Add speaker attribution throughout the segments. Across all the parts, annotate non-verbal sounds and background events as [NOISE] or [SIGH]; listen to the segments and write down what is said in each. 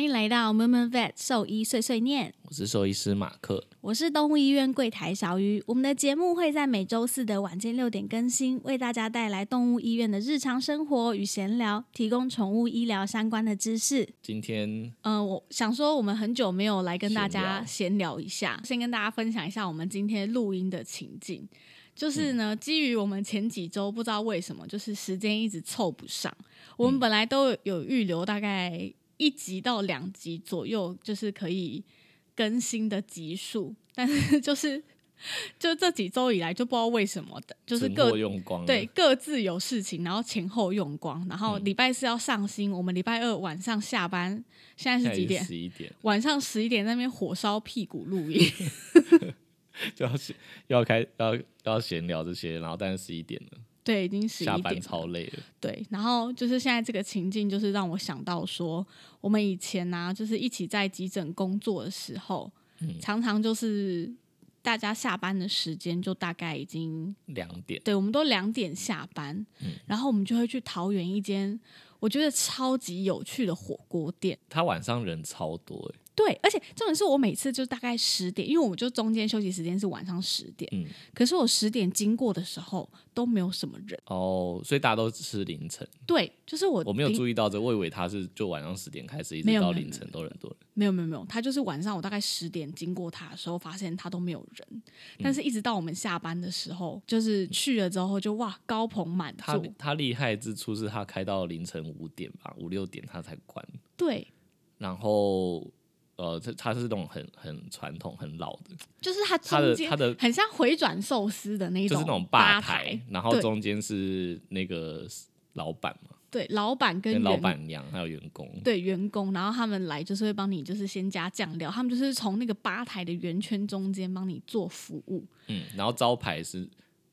Speaker 1: 迎来到 m u m u Vet 兽医碎碎念，
Speaker 2: 我是兽医师马克。
Speaker 1: 我是动物医院柜台小鱼。我们的节目会在每周四的晚间六点更新，为大家带来动物医院的日常生活与闲聊，提供宠物医疗相关的知识。
Speaker 2: 今天
Speaker 1: 嗯、我想说，我们很久没有来跟大
Speaker 2: 闲
Speaker 1: 家
Speaker 2: 聊
Speaker 1: 闲聊一下，先跟大家分享一下我们今天录音的情境。就是呢，
Speaker 2: 嗯
Speaker 1: 基于我们前几周不知道为什么，就是时间一直凑不上，我
Speaker 2: 嗯
Speaker 1: 们本来都有预留大概一集到两集左右，就是可以更新的集数，但是 [LAUGHS] 就是就这几周以来就不知道为什么的，就是
Speaker 2: 存
Speaker 1: 各
Speaker 2: 货用光了，
Speaker 1: 对，各自有事情，然后前后用光，然
Speaker 2: 嗯
Speaker 1: 后礼拜四要上新，我们礼拜二晚上下班，现在
Speaker 2: 现
Speaker 1: 是
Speaker 2: 在
Speaker 1: 几
Speaker 2: 已经
Speaker 1: 点？
Speaker 2: 十一点，
Speaker 1: 晚上十一点在那边火烧屁股录
Speaker 2: [LAUGHS]
Speaker 1: 音，
Speaker 2: 就要要开要要闲聊这些，然后但是十一点了，
Speaker 1: 对，已经十
Speaker 2: 下
Speaker 1: 一
Speaker 2: 班
Speaker 1: 点，
Speaker 2: 超累了，
Speaker 1: 对，然后就是现在这个情境，就是让我想到说，我们以前呢、就是一起在急诊工作的时候，
Speaker 2: 嗯
Speaker 1: 常常就是大家下班的时间就大概已经
Speaker 2: 两点。
Speaker 1: 对，我们都两点下班，
Speaker 2: 嗯
Speaker 1: 然后我们就会去桃园一间我觉得超级有趣的火锅店。
Speaker 2: 他晚上人超多、欸，
Speaker 1: 对，而且重点是我每次就大概十点，因为我们就中间休息时间是晚上十点，
Speaker 2: 嗯，
Speaker 1: 可是我十点经过的时候都没有什么人。
Speaker 2: 哦，所以大家都吃凌晨。
Speaker 1: 对，就是我
Speaker 2: 我没有
Speaker 1: 顶
Speaker 2: 注意到这，我以为他是就晚上十点开始，一
Speaker 1: 没
Speaker 2: 直
Speaker 1: 有
Speaker 2: 到
Speaker 1: 没有
Speaker 2: 凌晨都人多人。
Speaker 1: 没有没有没有，他就是晚上我大概十点经过他的时候，发现他都没有人，
Speaker 2: 嗯
Speaker 1: 但是一直到我们下班的时候，就是去了之后就哇高朋满
Speaker 2: 他
Speaker 1: 座，
Speaker 2: 他厉害之处是他开到凌晨五点吧，五六点他才关。
Speaker 1: 对，
Speaker 2: 然后呃，这他是那种很很传统、很老的，
Speaker 1: 就是他
Speaker 2: 他的
Speaker 1: 中间
Speaker 2: 他的
Speaker 1: 很像回转寿司的那种，
Speaker 2: 就是那种
Speaker 1: 吧
Speaker 2: 台，然后
Speaker 1: 对
Speaker 2: 中间是那个老板嘛，
Speaker 1: 对，老板跟
Speaker 2: 跟
Speaker 1: 员
Speaker 2: 老板娘还有员工。
Speaker 1: 对员工，然后他们来就是会帮你，就是先加酱料，他们就是从那个吧台的圆圈中间帮你做服务。
Speaker 2: 嗯，然后招牌是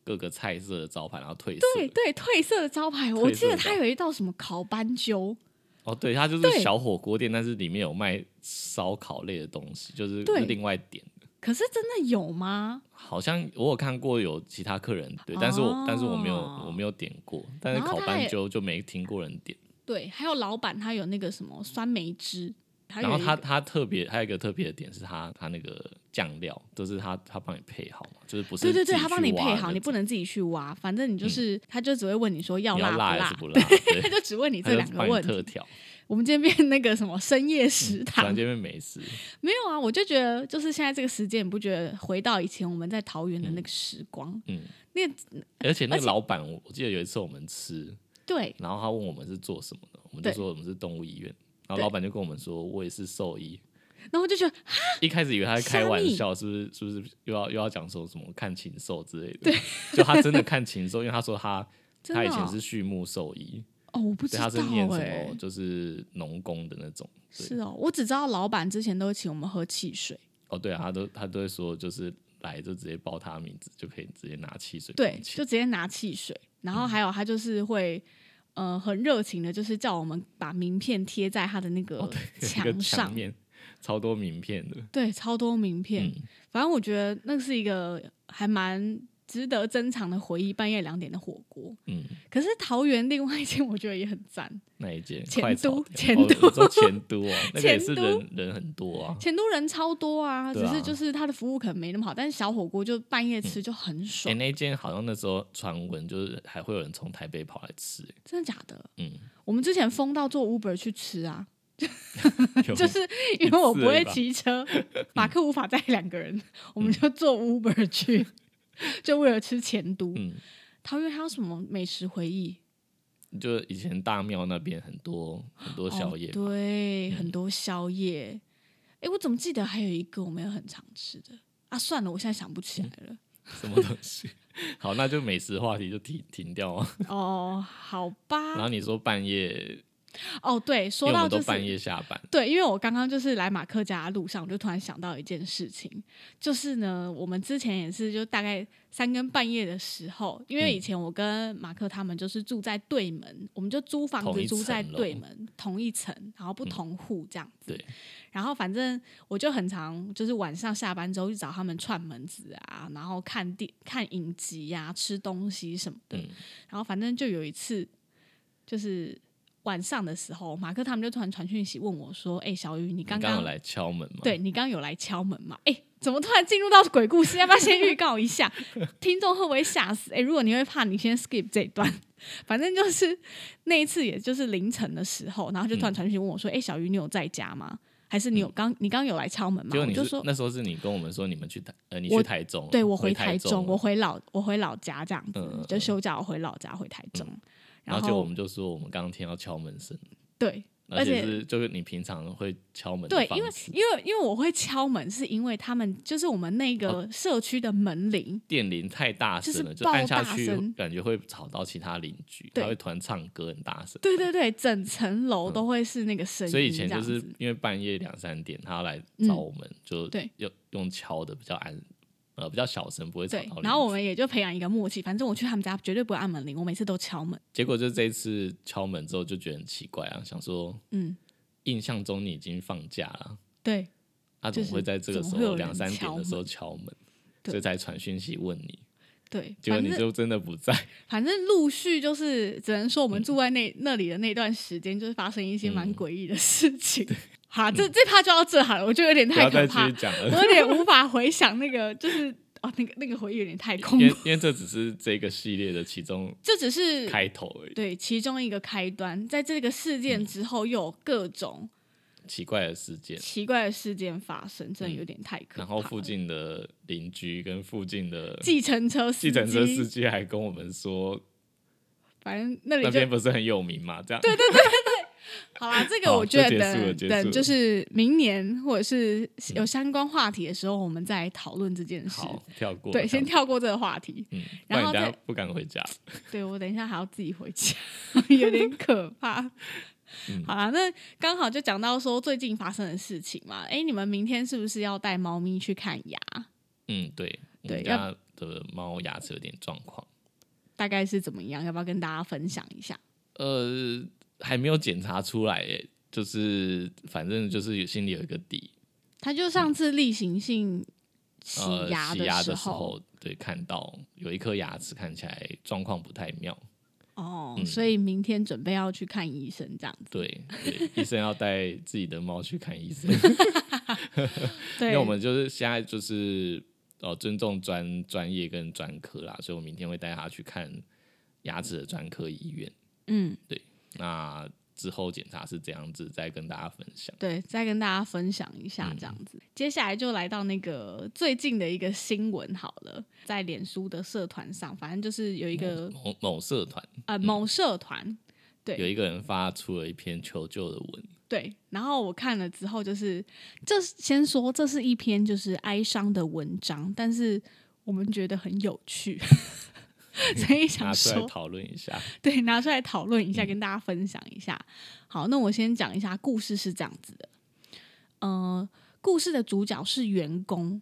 Speaker 2: 各个菜色的招牌，然后褪
Speaker 1: 对
Speaker 2: 色。
Speaker 1: 对，褪色的招牌，我
Speaker 2: 褪
Speaker 1: 记
Speaker 2: 色
Speaker 1: 得
Speaker 2: 的
Speaker 1: 它有一道什么烤斑鸠，
Speaker 2: 哦，对，它就
Speaker 1: 对
Speaker 2: 是小火锅店，但是里面有卖烧烤类的东西，就是
Speaker 1: 对
Speaker 2: 另外点。
Speaker 1: 可是真的有吗？
Speaker 2: 好像我有看过有其他客人对，但是我、
Speaker 1: 哦
Speaker 2: 但是我没有我没有点过，但是
Speaker 1: 然后
Speaker 2: 烤
Speaker 1: 他
Speaker 2: 斑
Speaker 1: 也
Speaker 2: 鸠就没听过人点。
Speaker 1: 对，还有老板他有那个什么酸梅汁，还有
Speaker 2: 然后
Speaker 1: 一
Speaker 2: 他
Speaker 1: 个
Speaker 2: 他特别还有一个特别的点是他他那个酱料都、是他他帮你配好嘛，就是不是
Speaker 1: 对对对，
Speaker 2: 自己
Speaker 1: 他帮你
Speaker 2: 去挖
Speaker 1: 配
Speaker 2: 的
Speaker 1: 好，
Speaker 2: 那
Speaker 1: 你
Speaker 2: 种
Speaker 1: 不能自己去挖，反正你就是、他就只会问你说要
Speaker 2: 你
Speaker 1: 辣
Speaker 2: 要辣还
Speaker 1: 辣
Speaker 2: 是。不辣？
Speaker 1: [LAUGHS]
Speaker 2: 对
Speaker 1: 他，就只问你
Speaker 2: 他
Speaker 1: 这
Speaker 2: 就
Speaker 1: 两个
Speaker 2: 帮你
Speaker 1: 问
Speaker 2: 特嗯
Speaker 1: 题。
Speaker 2: 调，
Speaker 1: 我们今天变那个什么深夜食
Speaker 2: 突
Speaker 1: 堂
Speaker 2: 然，间变美食，
Speaker 1: 没有啊，我就觉得就是现在这个时间，你不觉得回到以前我们在桃园的那个时光？
Speaker 2: 嗯，
Speaker 1: 那个
Speaker 2: 而且那个老板，我我记得有一次我们吃，
Speaker 1: 对
Speaker 2: 然后他问我们是做什么的，我们
Speaker 1: 对
Speaker 2: 就说我们是动物医院，然后
Speaker 1: 对
Speaker 2: 老板就跟我们说我也是兽医，
Speaker 1: 然后我就觉得
Speaker 2: 一开始以为他在开玩笑，是不是是不是又要又要讲说什么看禽兽之类的，对，就他真的看禽兽，因为他说他
Speaker 1: [LAUGHS] 真
Speaker 2: 他
Speaker 1: 的
Speaker 2: 以
Speaker 1: 哦、
Speaker 2: 前是畜牧兽医，
Speaker 1: 哦，我不知
Speaker 2: 所以
Speaker 1: 道
Speaker 2: 他是念什
Speaker 1: 哎、
Speaker 2: 么就是农工的那种，对
Speaker 1: 是哦，我只知道老板之前都会请我们喝汽水，
Speaker 2: 哦对啊，他都他都会说就是来就直接报他名字就可以直接拿汽水
Speaker 1: 对，
Speaker 2: 去
Speaker 1: 就直接拿汽水，然后还有他就是会。呃，很热情的，就是叫我们把名片贴在他的哦那个
Speaker 2: 一个
Speaker 1: 墙上，
Speaker 2: 墙面超多名片的，
Speaker 1: 对，超多名片。
Speaker 2: 嗯
Speaker 1: 反正我觉得那是一个还蛮值得珍藏的回忆，半夜两点的火锅。
Speaker 2: 嗯，
Speaker 1: 可是桃园另外一间我觉得也很赞，
Speaker 2: 那一间
Speaker 1: 前
Speaker 2: 快炒
Speaker 1: 都
Speaker 2: 店
Speaker 1: 前
Speaker 2: 哦
Speaker 1: 都
Speaker 2: 我说前
Speaker 1: [LAUGHS]
Speaker 2: 都啊，那个也是
Speaker 1: 前都
Speaker 2: 人人很多啊。
Speaker 1: 前都人超多啊，
Speaker 2: 对啊
Speaker 1: 只是就是他的服务可能没那么好，但是小火锅就半夜吃就很
Speaker 2: 哎、
Speaker 1: 爽，
Speaker 2: 那一间好像那时候传闻就是还会有人从台北跑来吃、欸
Speaker 1: 真的假的？ [LAUGHS]
Speaker 2: 嗯，
Speaker 1: 我们之前疯到坐 Uber 去吃啊，
Speaker 2: 有
Speaker 1: 就是因为我不
Speaker 2: 一
Speaker 1: 会
Speaker 2: 次而已吧
Speaker 1: 骑车，马克无法载两个
Speaker 2: 嗯
Speaker 1: 人，我们就坐 Uber 去， [LAUGHS] 就为了吃前都。
Speaker 2: 嗯，
Speaker 1: 桃园还有什么美食回忆？
Speaker 2: [LAUGHS] 就以前大庙那边很多很多宵夜
Speaker 1: 哦、
Speaker 2: 嘛，嗯
Speaker 1: 对，很多宵夜。哎、我怎么记得还有一个我没有很常吃的啊？算了，我现在想不起来
Speaker 2: [LAUGHS]
Speaker 1: 了。
Speaker 2: 什么东西。 [LAUGHS] 好，那就美食话题就停停掉啊。
Speaker 1: 哦，好
Speaker 2: 然后
Speaker 1: 吧。
Speaker 2: 你说半夜，
Speaker 1: 哦，对，
Speaker 2: 因
Speaker 1: 说
Speaker 2: 为我
Speaker 1: 到
Speaker 2: 们
Speaker 1: 就
Speaker 2: 都
Speaker 1: 是
Speaker 2: 半夜下班，
Speaker 1: 对，因为我刚刚就是来马克家的路上，我就突然想到一件事情，就是呢，我们之前也是就大概三更半夜的时候，因
Speaker 2: 嗯
Speaker 1: 为以前我跟马克他们就是住在对门，我们就租房
Speaker 2: 同
Speaker 1: 子
Speaker 2: 一
Speaker 1: 租在
Speaker 2: 层楼
Speaker 1: 对门同一层，然后不同户这样子。
Speaker 2: 对
Speaker 1: 然后反正我就很常就是晚上下班之后去找他们串门子啊，然后看电看影啊集呀、吃东西什么的。
Speaker 2: 嗯
Speaker 1: 然后反正就有一次，就是晚上的时候，马克他们就突然传讯息问我说：“哎、小雨，你
Speaker 2: 你刚
Speaker 1: 刚
Speaker 2: 刚
Speaker 1: 刚
Speaker 2: 有来敲门吗？
Speaker 1: 对，你刚刚有来敲门嘛？哎、怎么突然进入到鬼故事？要不要先预告一
Speaker 2: [LAUGHS]
Speaker 1: 下？听众会不会吓死？哎、如果你会怕，你先 skip 这一段。 [LAUGHS] 反正就是那一次，也就是凌晨的时候，然后就突然传讯问我说：“哎、小鱼，你有在家吗？还是你有刚、你刚有来敲门吗？”
Speaker 2: 嗯结果
Speaker 1: 我
Speaker 2: 你
Speaker 1: 就是说
Speaker 2: 那时候是你跟我们说你们去台呃你
Speaker 1: 我
Speaker 2: 去台中，
Speaker 1: 对我
Speaker 2: 回
Speaker 1: 台
Speaker 2: 中了，啊
Speaker 1: 我回老我回老家这样子，
Speaker 2: 嗯嗯嗯嗯
Speaker 1: 就休假我回老家回台中，
Speaker 2: 然后
Speaker 1: 后
Speaker 2: 就我们就说我们刚刚听到敲门声，
Speaker 1: 对。
Speaker 2: 而
Speaker 1: 而
Speaker 2: 且
Speaker 1: 且
Speaker 2: 是就是你平常会敲门的
Speaker 1: 对，
Speaker 2: 方
Speaker 1: 因为
Speaker 2: 式
Speaker 1: 因为因为我会敲门，是因为他们就是我们
Speaker 2: 哦
Speaker 1: 那个社区的门铃，
Speaker 2: 电铃太大
Speaker 1: 就是
Speaker 2: 声了，就
Speaker 1: 爆
Speaker 2: 按下
Speaker 1: 大
Speaker 2: 去
Speaker 1: 声
Speaker 2: 感觉会吵到其他邻居，
Speaker 1: 对
Speaker 2: 他会突然唱歌很大声。
Speaker 1: 对对对，整层楼都会是那个声音、
Speaker 2: 嗯所
Speaker 1: 这
Speaker 2: 以以前就
Speaker 1: 样
Speaker 2: 是
Speaker 1: 子嗯
Speaker 2: 因为半夜两三点，他来找我们，就
Speaker 1: 对
Speaker 2: 用用敲的比较安，呃，比较小声，不会吵
Speaker 1: 对
Speaker 2: 到。，
Speaker 1: 然后我，们也就培养一个默契，反正我去他们家绝对不会按门铃，我每次都敲门。
Speaker 2: 结果就这一次敲门之后就觉得很奇怪啊，想说
Speaker 1: 嗯，
Speaker 2: 印象中你已经放假了，
Speaker 1: 对
Speaker 2: 他、
Speaker 1: 就
Speaker 2: 怎么
Speaker 1: 是
Speaker 2: 会在这个
Speaker 1: 怎么
Speaker 2: 时
Speaker 1: 会有
Speaker 2: 候
Speaker 1: 人
Speaker 2: 两三点
Speaker 1: 敲
Speaker 2: 的时候
Speaker 1: 门
Speaker 2: 敲门？
Speaker 1: 对
Speaker 2: 所以才传讯息问你，
Speaker 1: 对，
Speaker 2: 结果
Speaker 1: 反
Speaker 2: 你
Speaker 1: 正
Speaker 2: 就真的不在，
Speaker 1: 反正陆续就是只能说我们住在那、那里的那段时间，就是发生一些蛮
Speaker 2: 嗯
Speaker 1: 诡异的事情。好，这这趴就到这好了，我觉得有点
Speaker 2: 不
Speaker 1: [LAUGHS] 太
Speaker 2: 要
Speaker 1: 可
Speaker 2: 再继
Speaker 1: 怕
Speaker 2: 续，讲了。
Speaker 1: [LAUGHS] 我有点无法回想那个，就是哦，那个那个回忆有点太空
Speaker 2: 因为
Speaker 1: 了，
Speaker 2: 因为这只是这个系列的其中
Speaker 1: 这只是
Speaker 2: 开头而已，
Speaker 1: 对其中一个开端。在这个事件之后，又有各种
Speaker 2: 奇怪的事嗯件。嗯
Speaker 1: 奇怪的事件发生，真的有点太可怕了。
Speaker 2: 然后附近的邻居跟附近的
Speaker 1: 计程车司
Speaker 2: 计
Speaker 1: 机，
Speaker 2: 程车司机还跟我们说，
Speaker 1: 反正那里
Speaker 2: 那
Speaker 1: 就
Speaker 2: 边不是很有名嘛，这样对对，
Speaker 1: 好啦。这个
Speaker 2: 好
Speaker 1: 我觉得
Speaker 2: 就结束了
Speaker 1: 等
Speaker 2: 结束了嗯
Speaker 1: 等，就是明年或者是有相关话题的时候，我们再讨论这件事。
Speaker 2: [LAUGHS] 好跳过，
Speaker 1: 对，先
Speaker 2: 跳
Speaker 1: 跳过这个话题。
Speaker 2: 过，嗯，不
Speaker 1: 然
Speaker 2: 然
Speaker 1: 后
Speaker 2: 人家
Speaker 1: 再
Speaker 2: 不敢回家。
Speaker 1: 对我等一下还要自己回家， [LAUGHS] 有点可怕。
Speaker 2: 嗯
Speaker 1: 好啦，那刚好就讲到说最近发生的事情嘛。哎、你们明天是不是要带猫咪去看牙？
Speaker 2: 嗯，对，我
Speaker 1: 对
Speaker 2: 们
Speaker 1: 要
Speaker 2: 家的猫牙齿有点状况，
Speaker 1: 大概是怎么样？要不要跟大家分享一下？
Speaker 2: 呃，还没有检查出来耶，就是反正就是有心里有一个底，
Speaker 1: 它就上次例行性洗
Speaker 2: 呃，
Speaker 1: 牙
Speaker 2: 洗牙
Speaker 1: 时
Speaker 2: 的时候，对，看到有一颗牙齿看起来状况不太妙，
Speaker 1: 哦，
Speaker 2: 嗯
Speaker 1: 所以明天准备要去看医生，这样子。
Speaker 2: 对，对 [LAUGHS] 医生要带自己的猫去看医生，因
Speaker 1: 对
Speaker 2: 为我们就是现在就是呃尊重专专业跟专科啦，所以我明天会带他去看牙齿的专科医院。
Speaker 1: 嗯，
Speaker 2: 那之后检查是怎样子，再跟大家分享。
Speaker 1: 对，再跟大家分享一
Speaker 2: 嗯
Speaker 1: 下这样子。接下来就来到那个最近的一个新闻好了，在脸书的社团上，反正就是有一个
Speaker 2: 某某嗯社团
Speaker 1: 呃某社团，对
Speaker 2: 有一个人发出了一篇求救的文，
Speaker 1: 对，然后我看了之后，就是这是先说这是一篇就是哀伤的文章，但是我们觉得很有趣， [LAUGHS] 所以想
Speaker 2: 拿出来
Speaker 1: 说
Speaker 2: 讨论一下。
Speaker 1: 对拿出来讨论一
Speaker 2: 嗯
Speaker 1: 下，跟大家分享一下。好，那我先讲一下故事是这样子的，呃，故事的主角是员工，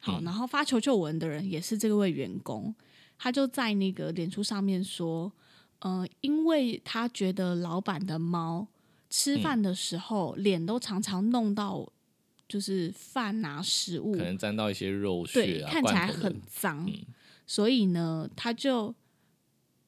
Speaker 1: 好，
Speaker 2: 嗯
Speaker 1: 然后发求救文的人也是这位员工，他就在那个脸书上面说，呃，因为他觉得老板的猫
Speaker 2: 嗯
Speaker 1: 吃饭的时候、脸都常常弄到就是饭啊食物
Speaker 2: 可，能沾到一些肉
Speaker 1: 对，
Speaker 2: 屑啊，
Speaker 1: 看起来
Speaker 2: 罐头的
Speaker 1: 很脏，
Speaker 2: 嗯
Speaker 1: 所以呢，他就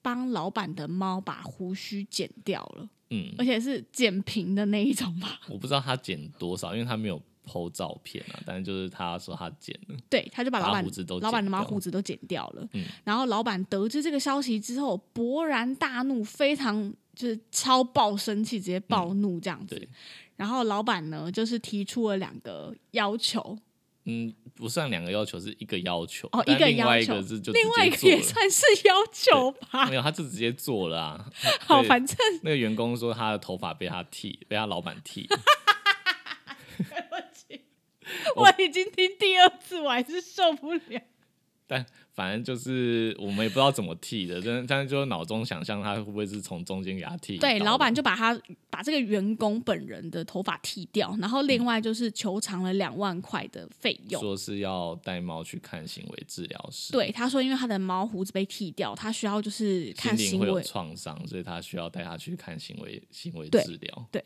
Speaker 1: 帮老板的猫把胡须剪掉了，
Speaker 2: 嗯
Speaker 1: 而，且是剪平的那一种吧。 [LAUGHS]
Speaker 2: 我不知道他剪多少，因为他没有剖照片啊，但是就是他说他剪了，
Speaker 1: 对，他就把老
Speaker 2: 把
Speaker 1: 板
Speaker 2: 胡子都
Speaker 1: 老板的
Speaker 2: 剪掉
Speaker 1: 毛胡子都剪掉了。
Speaker 2: 嗯
Speaker 1: 然后老板得知这个消息之后，勃然大怒，非常就是超爆生气，直接暴怒这样子。
Speaker 2: 对
Speaker 1: 然后老板呢，就是提出了两个要求，
Speaker 2: 嗯，不算两个要求，是一个要求
Speaker 1: 哦
Speaker 2: 但
Speaker 1: 一个
Speaker 2: 另外
Speaker 1: 要
Speaker 2: 一
Speaker 1: 求
Speaker 2: 个是就
Speaker 1: 另外一个
Speaker 2: 直接做
Speaker 1: 也
Speaker 2: 了
Speaker 1: 算是要求吧
Speaker 2: 没。有，他就直接做了啊。
Speaker 1: 好，
Speaker 2: 对
Speaker 1: 反正
Speaker 2: 那个员工说他的头发被他剃，被他老板剃，
Speaker 1: 我已经听第二次，我还是受不了。
Speaker 2: 但反正就是我们也不知道怎么剃的，但但是就是脑中想象他会不会是从中间给他剃一刀的？
Speaker 1: 对，老板就把他把这个员工本人的头发剃掉，然后另外就是求偿了两万块的费用。
Speaker 2: 嗯说是要带猫去看行为治疗师，，
Speaker 1: 对，他说因为他的毛胡子被剃掉，他需要就是看
Speaker 2: 心
Speaker 1: 行
Speaker 2: 灵会有
Speaker 1: 为。
Speaker 2: 创伤，所以他需要带他去看行为行为
Speaker 1: 对
Speaker 2: 治疗。
Speaker 1: 对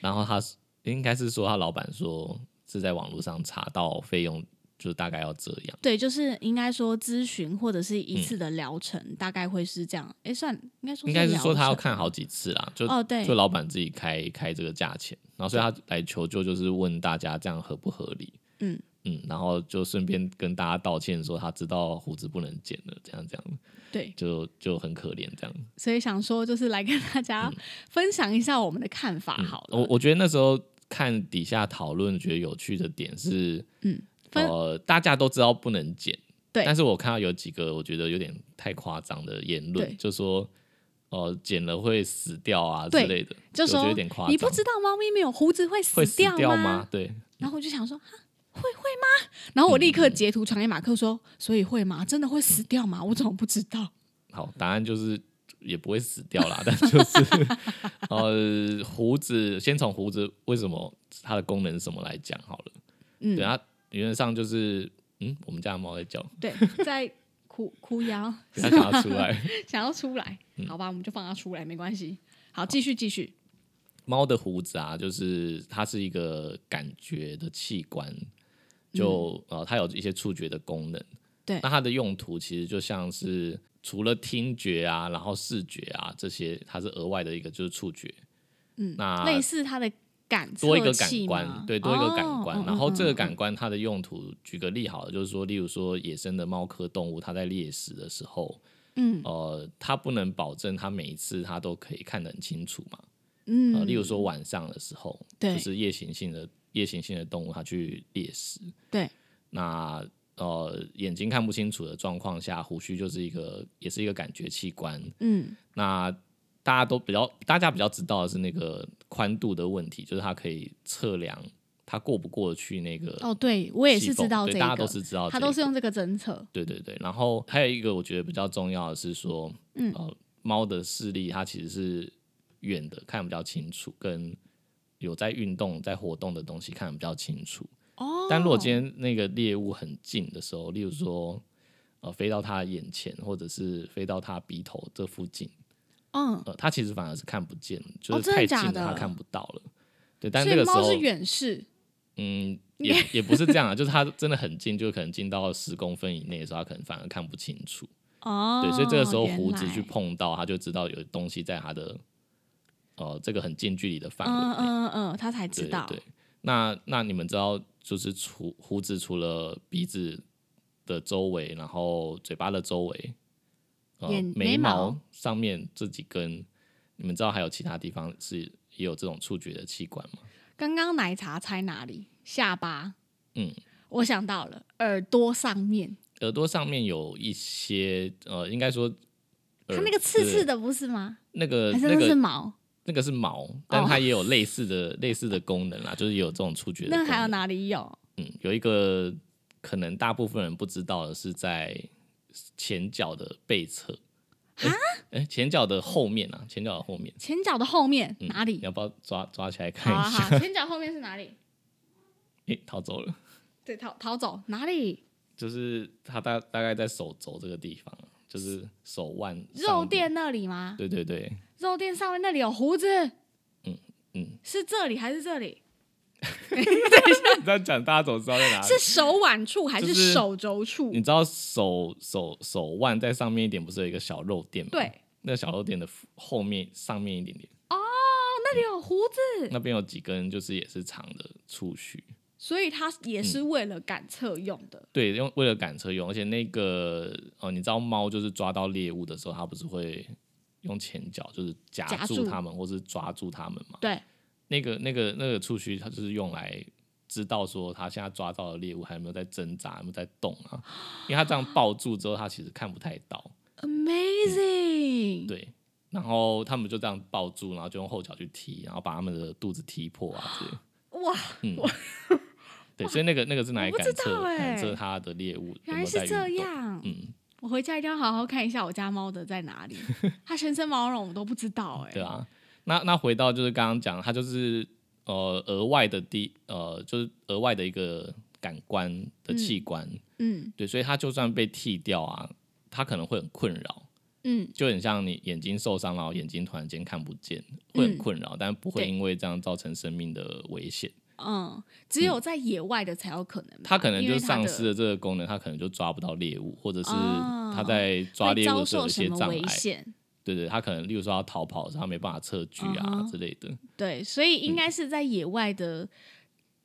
Speaker 2: 然后他应该是说他老板说是在网络上查到费用就是大概要这样。
Speaker 1: 对，就是应该说咨询或者是一次的疗程，大概会是这样。哎，算应该说
Speaker 2: 嗯应该是说他要
Speaker 1: 疗程
Speaker 2: 看好几次啦，就
Speaker 1: 哦对
Speaker 2: 就老板自己开开这个价钱，然后所以他来求救就是问大家这样合不合理，
Speaker 1: 嗯
Speaker 2: 嗯，然后就顺便跟大家道歉说他知道胡子不能剪了，这样这样
Speaker 1: 对，
Speaker 2: 就就很可怜这样。
Speaker 1: 所以想说就是来跟大家分享一下我们的看法
Speaker 2: 嗯
Speaker 1: 好了。
Speaker 2: 我我觉得那时候看底下讨论，觉得有趣的点是，
Speaker 1: 嗯，分
Speaker 2: 呃，大家都知道不能剪，
Speaker 1: 对
Speaker 2: 但是我看到有几个我觉得有点太夸张的言
Speaker 1: 对
Speaker 2: 论，就说。哦，剪了会死掉啊之
Speaker 1: 对
Speaker 2: 类的，
Speaker 1: 就
Speaker 2: 我觉得
Speaker 1: 说
Speaker 2: 有点夸张。
Speaker 1: 你不知道猫咪没有胡子会死
Speaker 2: 会死
Speaker 1: 掉
Speaker 2: 掉吗？对，
Speaker 1: 然后我就想说，哈，会会吗？然后我立刻截图传给马克说，所以会吗？真的会死掉吗？我怎么不知道？
Speaker 2: 好，答案就是也不会死掉啦，但就是
Speaker 1: [LAUGHS]
Speaker 2: 呃，胡子先从胡子为什么它的功能是什么来讲好了。
Speaker 1: 嗯
Speaker 2: 对，它理论上就是嗯，我们家的猫在叫，
Speaker 1: 对，在哭哭腰，
Speaker 2: 它想要出来。
Speaker 1: 想要出来，
Speaker 2: 嗯
Speaker 1: 好吧，我们就放它出来，没关系。好，继续继续，
Speaker 2: 猫的胡子啊，就是它是一个感觉的器官，就、呃，它有一些触觉的功能。
Speaker 1: 嗯对
Speaker 2: 那它的用途其实就像是除了听觉啊，然后视觉啊这些，它是额外的一个就是触觉。
Speaker 1: 嗯
Speaker 2: 那
Speaker 1: 类似它的感
Speaker 2: 啊多一个
Speaker 1: 测
Speaker 2: 感
Speaker 1: 器吗
Speaker 2: 官，对，多一个感官。
Speaker 1: 哦
Speaker 2: 然后这个感
Speaker 1: 嗯
Speaker 2: 官它的用途，举个例好了，就是说，例如说野生的猫科动物，它在猎食的时候，
Speaker 1: 嗯
Speaker 2: 呃，它不能保证它每一次它都可以看得很清楚嘛。
Speaker 1: 嗯
Speaker 2: 呃，
Speaker 1: 嗯，
Speaker 2: 例如说晚上的时候，
Speaker 1: 对
Speaker 2: 就是夜行性的夜行性的动物，它去猎食，
Speaker 1: 对，
Speaker 2: 那呃眼睛看不清楚的状况下，胡须就是一个也是一个感觉器官。
Speaker 1: 嗯
Speaker 2: 那大家都比较，大家比较知道的是那个宽度的问题，就是它可以测量它过不过得去那个。
Speaker 1: 哦，对我也是知道这
Speaker 2: 对，
Speaker 1: 个，
Speaker 2: 大家都是知道、
Speaker 1: 他都是用这个侦测，
Speaker 2: 对对对。然后还有一个我觉得比较重要的是说，嗯，呃，猫的视力它其实是远的看比较清楚，跟有在运动、在活动的东西看得比较清楚。
Speaker 1: 哦，
Speaker 2: 但如果今天那个猎物很近的时候，例如说。呃，飞到它的眼前，或者是飞到它鼻头这附近，
Speaker 1: 嗯，
Speaker 2: 呃，它其实反而是看不见，就
Speaker 1: 哦
Speaker 2: 是
Speaker 1: 真的
Speaker 2: 太近
Speaker 1: 假
Speaker 2: 了，
Speaker 1: 的
Speaker 2: 它看不到了。对，但
Speaker 1: 所
Speaker 2: 那
Speaker 1: 以
Speaker 2: 个时
Speaker 1: 猫
Speaker 2: 候
Speaker 1: 是远视， [LAUGHS]
Speaker 2: 嗯，也也不是这样啊，就是它真的很近，就可能近到十公分以内的时候，它可能反而看不清楚。
Speaker 1: 哦，
Speaker 2: 对，所以这个时候
Speaker 1: 原
Speaker 2: 胡子
Speaker 1: 来
Speaker 2: 去碰到，它就知道有东西在它的呃这个很近距离的范
Speaker 1: 嗯
Speaker 2: 围内。
Speaker 1: 嗯嗯，他才
Speaker 2: 对
Speaker 1: 知
Speaker 2: 对
Speaker 1: 道。
Speaker 2: 对。那那你们知道，就是除胡子除了鼻子的周围，然后嘴巴的周围，呃
Speaker 1: 眼眉
Speaker 2: 眉
Speaker 1: 毛
Speaker 2: 上面这几根，你们知道还有其他地方是也有这种触觉的器官吗？
Speaker 1: 刚刚奶茶猜哪里？下巴。
Speaker 2: 嗯，
Speaker 1: 我想到了，耳朵上面，
Speaker 2: 耳朵上面有一些呃，应该说，
Speaker 1: 它
Speaker 2: 耳
Speaker 1: 那个刺刺
Speaker 2: 对
Speaker 1: 的不是吗？
Speaker 2: 那个
Speaker 1: 还是
Speaker 2: 那
Speaker 1: 那是
Speaker 2: 个
Speaker 1: 毛？
Speaker 2: 那个是毛，
Speaker 1: 哦
Speaker 2: 但它也有类似的、类似的功能啦，就是也有这种触觉的
Speaker 1: 那
Speaker 2: 功
Speaker 1: 还有
Speaker 2: 能。
Speaker 1: 哪里有？
Speaker 2: 嗯，有一个可能大部分人不知道的是在前脚的背侧，哎、
Speaker 1: 啊
Speaker 2: 诶前脚的后面啊，前脚的后面、
Speaker 1: 前脚的后面
Speaker 2: 嗯、
Speaker 1: 哪
Speaker 2: 你
Speaker 1: 里？
Speaker 2: 要不要抓抓起来看
Speaker 1: 哎好啊
Speaker 2: 一下？
Speaker 1: 好，前脚后面是哪里？
Speaker 2: [LAUGHS] 诶、逃走了，
Speaker 1: 对，逃逃走哪里？
Speaker 2: 就是它大大概在手肘这个地方，啊就是手腕上
Speaker 1: 肉
Speaker 2: 面。
Speaker 1: 垫那里吗？
Speaker 2: 对对对， [LAUGHS]
Speaker 1: 肉垫上面那里有胡子。
Speaker 2: 嗯嗯，
Speaker 1: 是这里还是这里？
Speaker 2: 你这样讲，大家总知道在哪里。
Speaker 1: 是手腕处还
Speaker 2: 啊就是嗯是
Speaker 1: 手肘处
Speaker 2: 你？知道手手手腕在上面一点，不是有一个小肉垫吗？
Speaker 1: 对，
Speaker 2: 那小肉垫的后面上面一点点，
Speaker 1: 哦那里有胡子，
Speaker 2: 那边有几根就是也是长的触须。
Speaker 1: 所以它也
Speaker 2: 嗯
Speaker 1: 是为了感测用的。
Speaker 2: 对，用为了赶车用，而且那个哦，你知道猫就是抓到猎物的时候，它不是会用前脚就是夹
Speaker 1: 夹住
Speaker 2: 住它们，或是抓住它们嘛？
Speaker 1: 对，
Speaker 2: 那个那个那个触须，它就是用来知道说它现在抓到的猎物还有没有在挣扎，有没有在动啊？因为它这样抱住之后，它其实看不太到。
Speaker 1: Amazing！、
Speaker 2: 对，然后他们就这样抱住，然后就用后脚去踢，然后把他们的肚子踢破啊之类的。
Speaker 1: 哇，
Speaker 2: 嗯 [LAUGHS] 对，所以那个那个是拿来
Speaker 1: 我不
Speaker 2: 感
Speaker 1: 知
Speaker 2: 测、
Speaker 1: 道欸
Speaker 2: 感测它的猎物有
Speaker 1: 原
Speaker 2: 没
Speaker 1: 来
Speaker 2: 有在
Speaker 1: 是这
Speaker 2: 运动。
Speaker 1: 样。
Speaker 2: 嗯，
Speaker 1: 我回家一定要好好看一下我家猫的在哪
Speaker 2: [LAUGHS]
Speaker 1: 里，它全身毛茸，我都不知道哎、
Speaker 2: 对啊。那那回到就是刚刚讲，它就是呃额外的第呃就是额外的一个感官的器官，
Speaker 1: 嗯
Speaker 2: 对，所以它就算被剃掉啊，它可能会很困扰。
Speaker 1: 嗯，
Speaker 2: 就很像你眼睛受伤，然后眼睛突然间看不见，会很
Speaker 1: 嗯
Speaker 2: 困扰，但不会
Speaker 1: 对
Speaker 2: 因为这样造成生命的危险。
Speaker 1: 哦嗯，只有在野外的才有可能吧。
Speaker 2: 它可能
Speaker 1: 因为
Speaker 2: 就
Speaker 1: 它
Speaker 2: 丧
Speaker 1: 的
Speaker 2: 失了这个功能，它可能就抓不到猎物，或者是
Speaker 1: 哦
Speaker 2: 它在抓
Speaker 1: 会
Speaker 2: 猎物
Speaker 1: 遭
Speaker 2: 的时候
Speaker 1: 受
Speaker 2: 有一
Speaker 1: 什
Speaker 2: 些
Speaker 1: 么
Speaker 2: 障
Speaker 1: 危
Speaker 2: 碍。
Speaker 1: 险？
Speaker 2: 对对，它可能例如说要逃跑的时候，它没办法测距
Speaker 1: 嗯
Speaker 2: 啊
Speaker 1: 哼
Speaker 2: 之类的，
Speaker 1: 对，所以应该是在野外的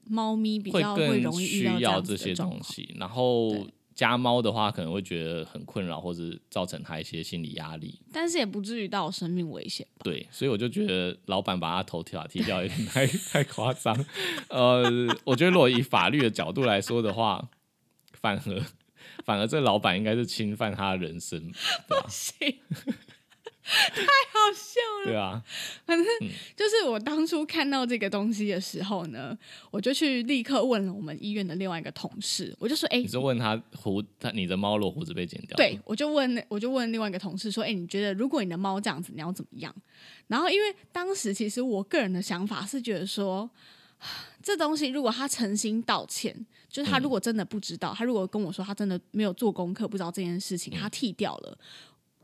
Speaker 1: 猫咪比
Speaker 2: 嗯会
Speaker 1: 较会
Speaker 2: 更
Speaker 1: 容易遇
Speaker 2: 需
Speaker 1: 到
Speaker 2: 要
Speaker 1: 样
Speaker 2: 这
Speaker 1: 子的
Speaker 2: 些
Speaker 1: 状
Speaker 2: 东
Speaker 1: 况。
Speaker 2: 西。然后
Speaker 1: 对
Speaker 2: 家猫的话，可能会觉得很困扰，或者造成它一些心理压力。
Speaker 1: 但是也不至于到有生命危险吧？
Speaker 2: 对，所以我就觉得老板把他头踢掉踢掉有点太 [LAUGHS] 太夸张。呃，我觉得如果以法律的角度来说的话，反而反而这老板应该是侵犯他的人生，对啊吧？
Speaker 1: 行，哦
Speaker 2: 对啊，
Speaker 1: [LAUGHS] 就是我当初看到这个东西的时候呢，我就去立刻问了我们医院的另外一个同事，我就说：“哎、
Speaker 2: 你是问他胡他你的猫若胡子被剪掉，
Speaker 1: 对，，我就问，我就问另外一个同事说：“哎、你觉得如果你的猫这样子，你要怎么样？”然后，因为当时其实我个人的想法是觉得说，啊这东西如果他诚心道歉，就是
Speaker 2: 嗯
Speaker 1: 他如果真的不知道，他如果跟我说他真的没有做功课，不知道这件事情，
Speaker 2: 嗯
Speaker 1: 他剃掉了。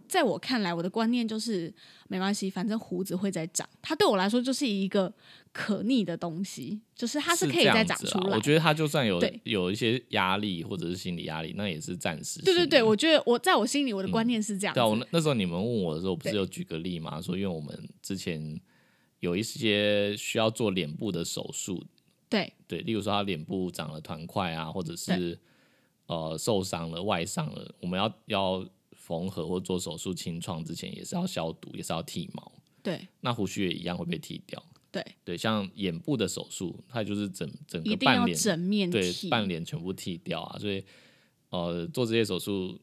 Speaker 1: 在我看来，我的观念就是没关系，反正胡子会再长。它对我来说就是一个可逆的东西，就是它
Speaker 2: 是
Speaker 1: 可以
Speaker 2: 这
Speaker 1: 再
Speaker 2: 样
Speaker 1: 长
Speaker 2: 子
Speaker 1: 出
Speaker 2: 啊
Speaker 1: 来。
Speaker 2: 我觉得他就算有
Speaker 1: 对
Speaker 2: 有一些压力或者是心理压力，那也是暂时性的。
Speaker 1: 对对对，我觉得我在我心里我的观念是这样子。
Speaker 2: 对啊，我那那时候你们问我的时候，不是
Speaker 1: 对
Speaker 2: 有举个例吗？说因为我们之前有一些需要做脸部的手术，
Speaker 1: 对
Speaker 2: 对，例如说他脸部长了团块啊，或者是呃受伤了、外伤了，我们要要缝合或做手术清创之前，也是要消毒，也是要剃毛。
Speaker 1: 对
Speaker 2: 那胡须也一样会被剃掉。
Speaker 1: 对
Speaker 2: 对，像眼部的手术，它就是整整
Speaker 1: 一
Speaker 2: 个
Speaker 1: 定
Speaker 2: 半
Speaker 1: 要
Speaker 2: 脸
Speaker 1: 整面
Speaker 2: 对
Speaker 1: 剃， [LAUGHS]
Speaker 2: 半脸全部剃掉啊，所以呃做这些手术，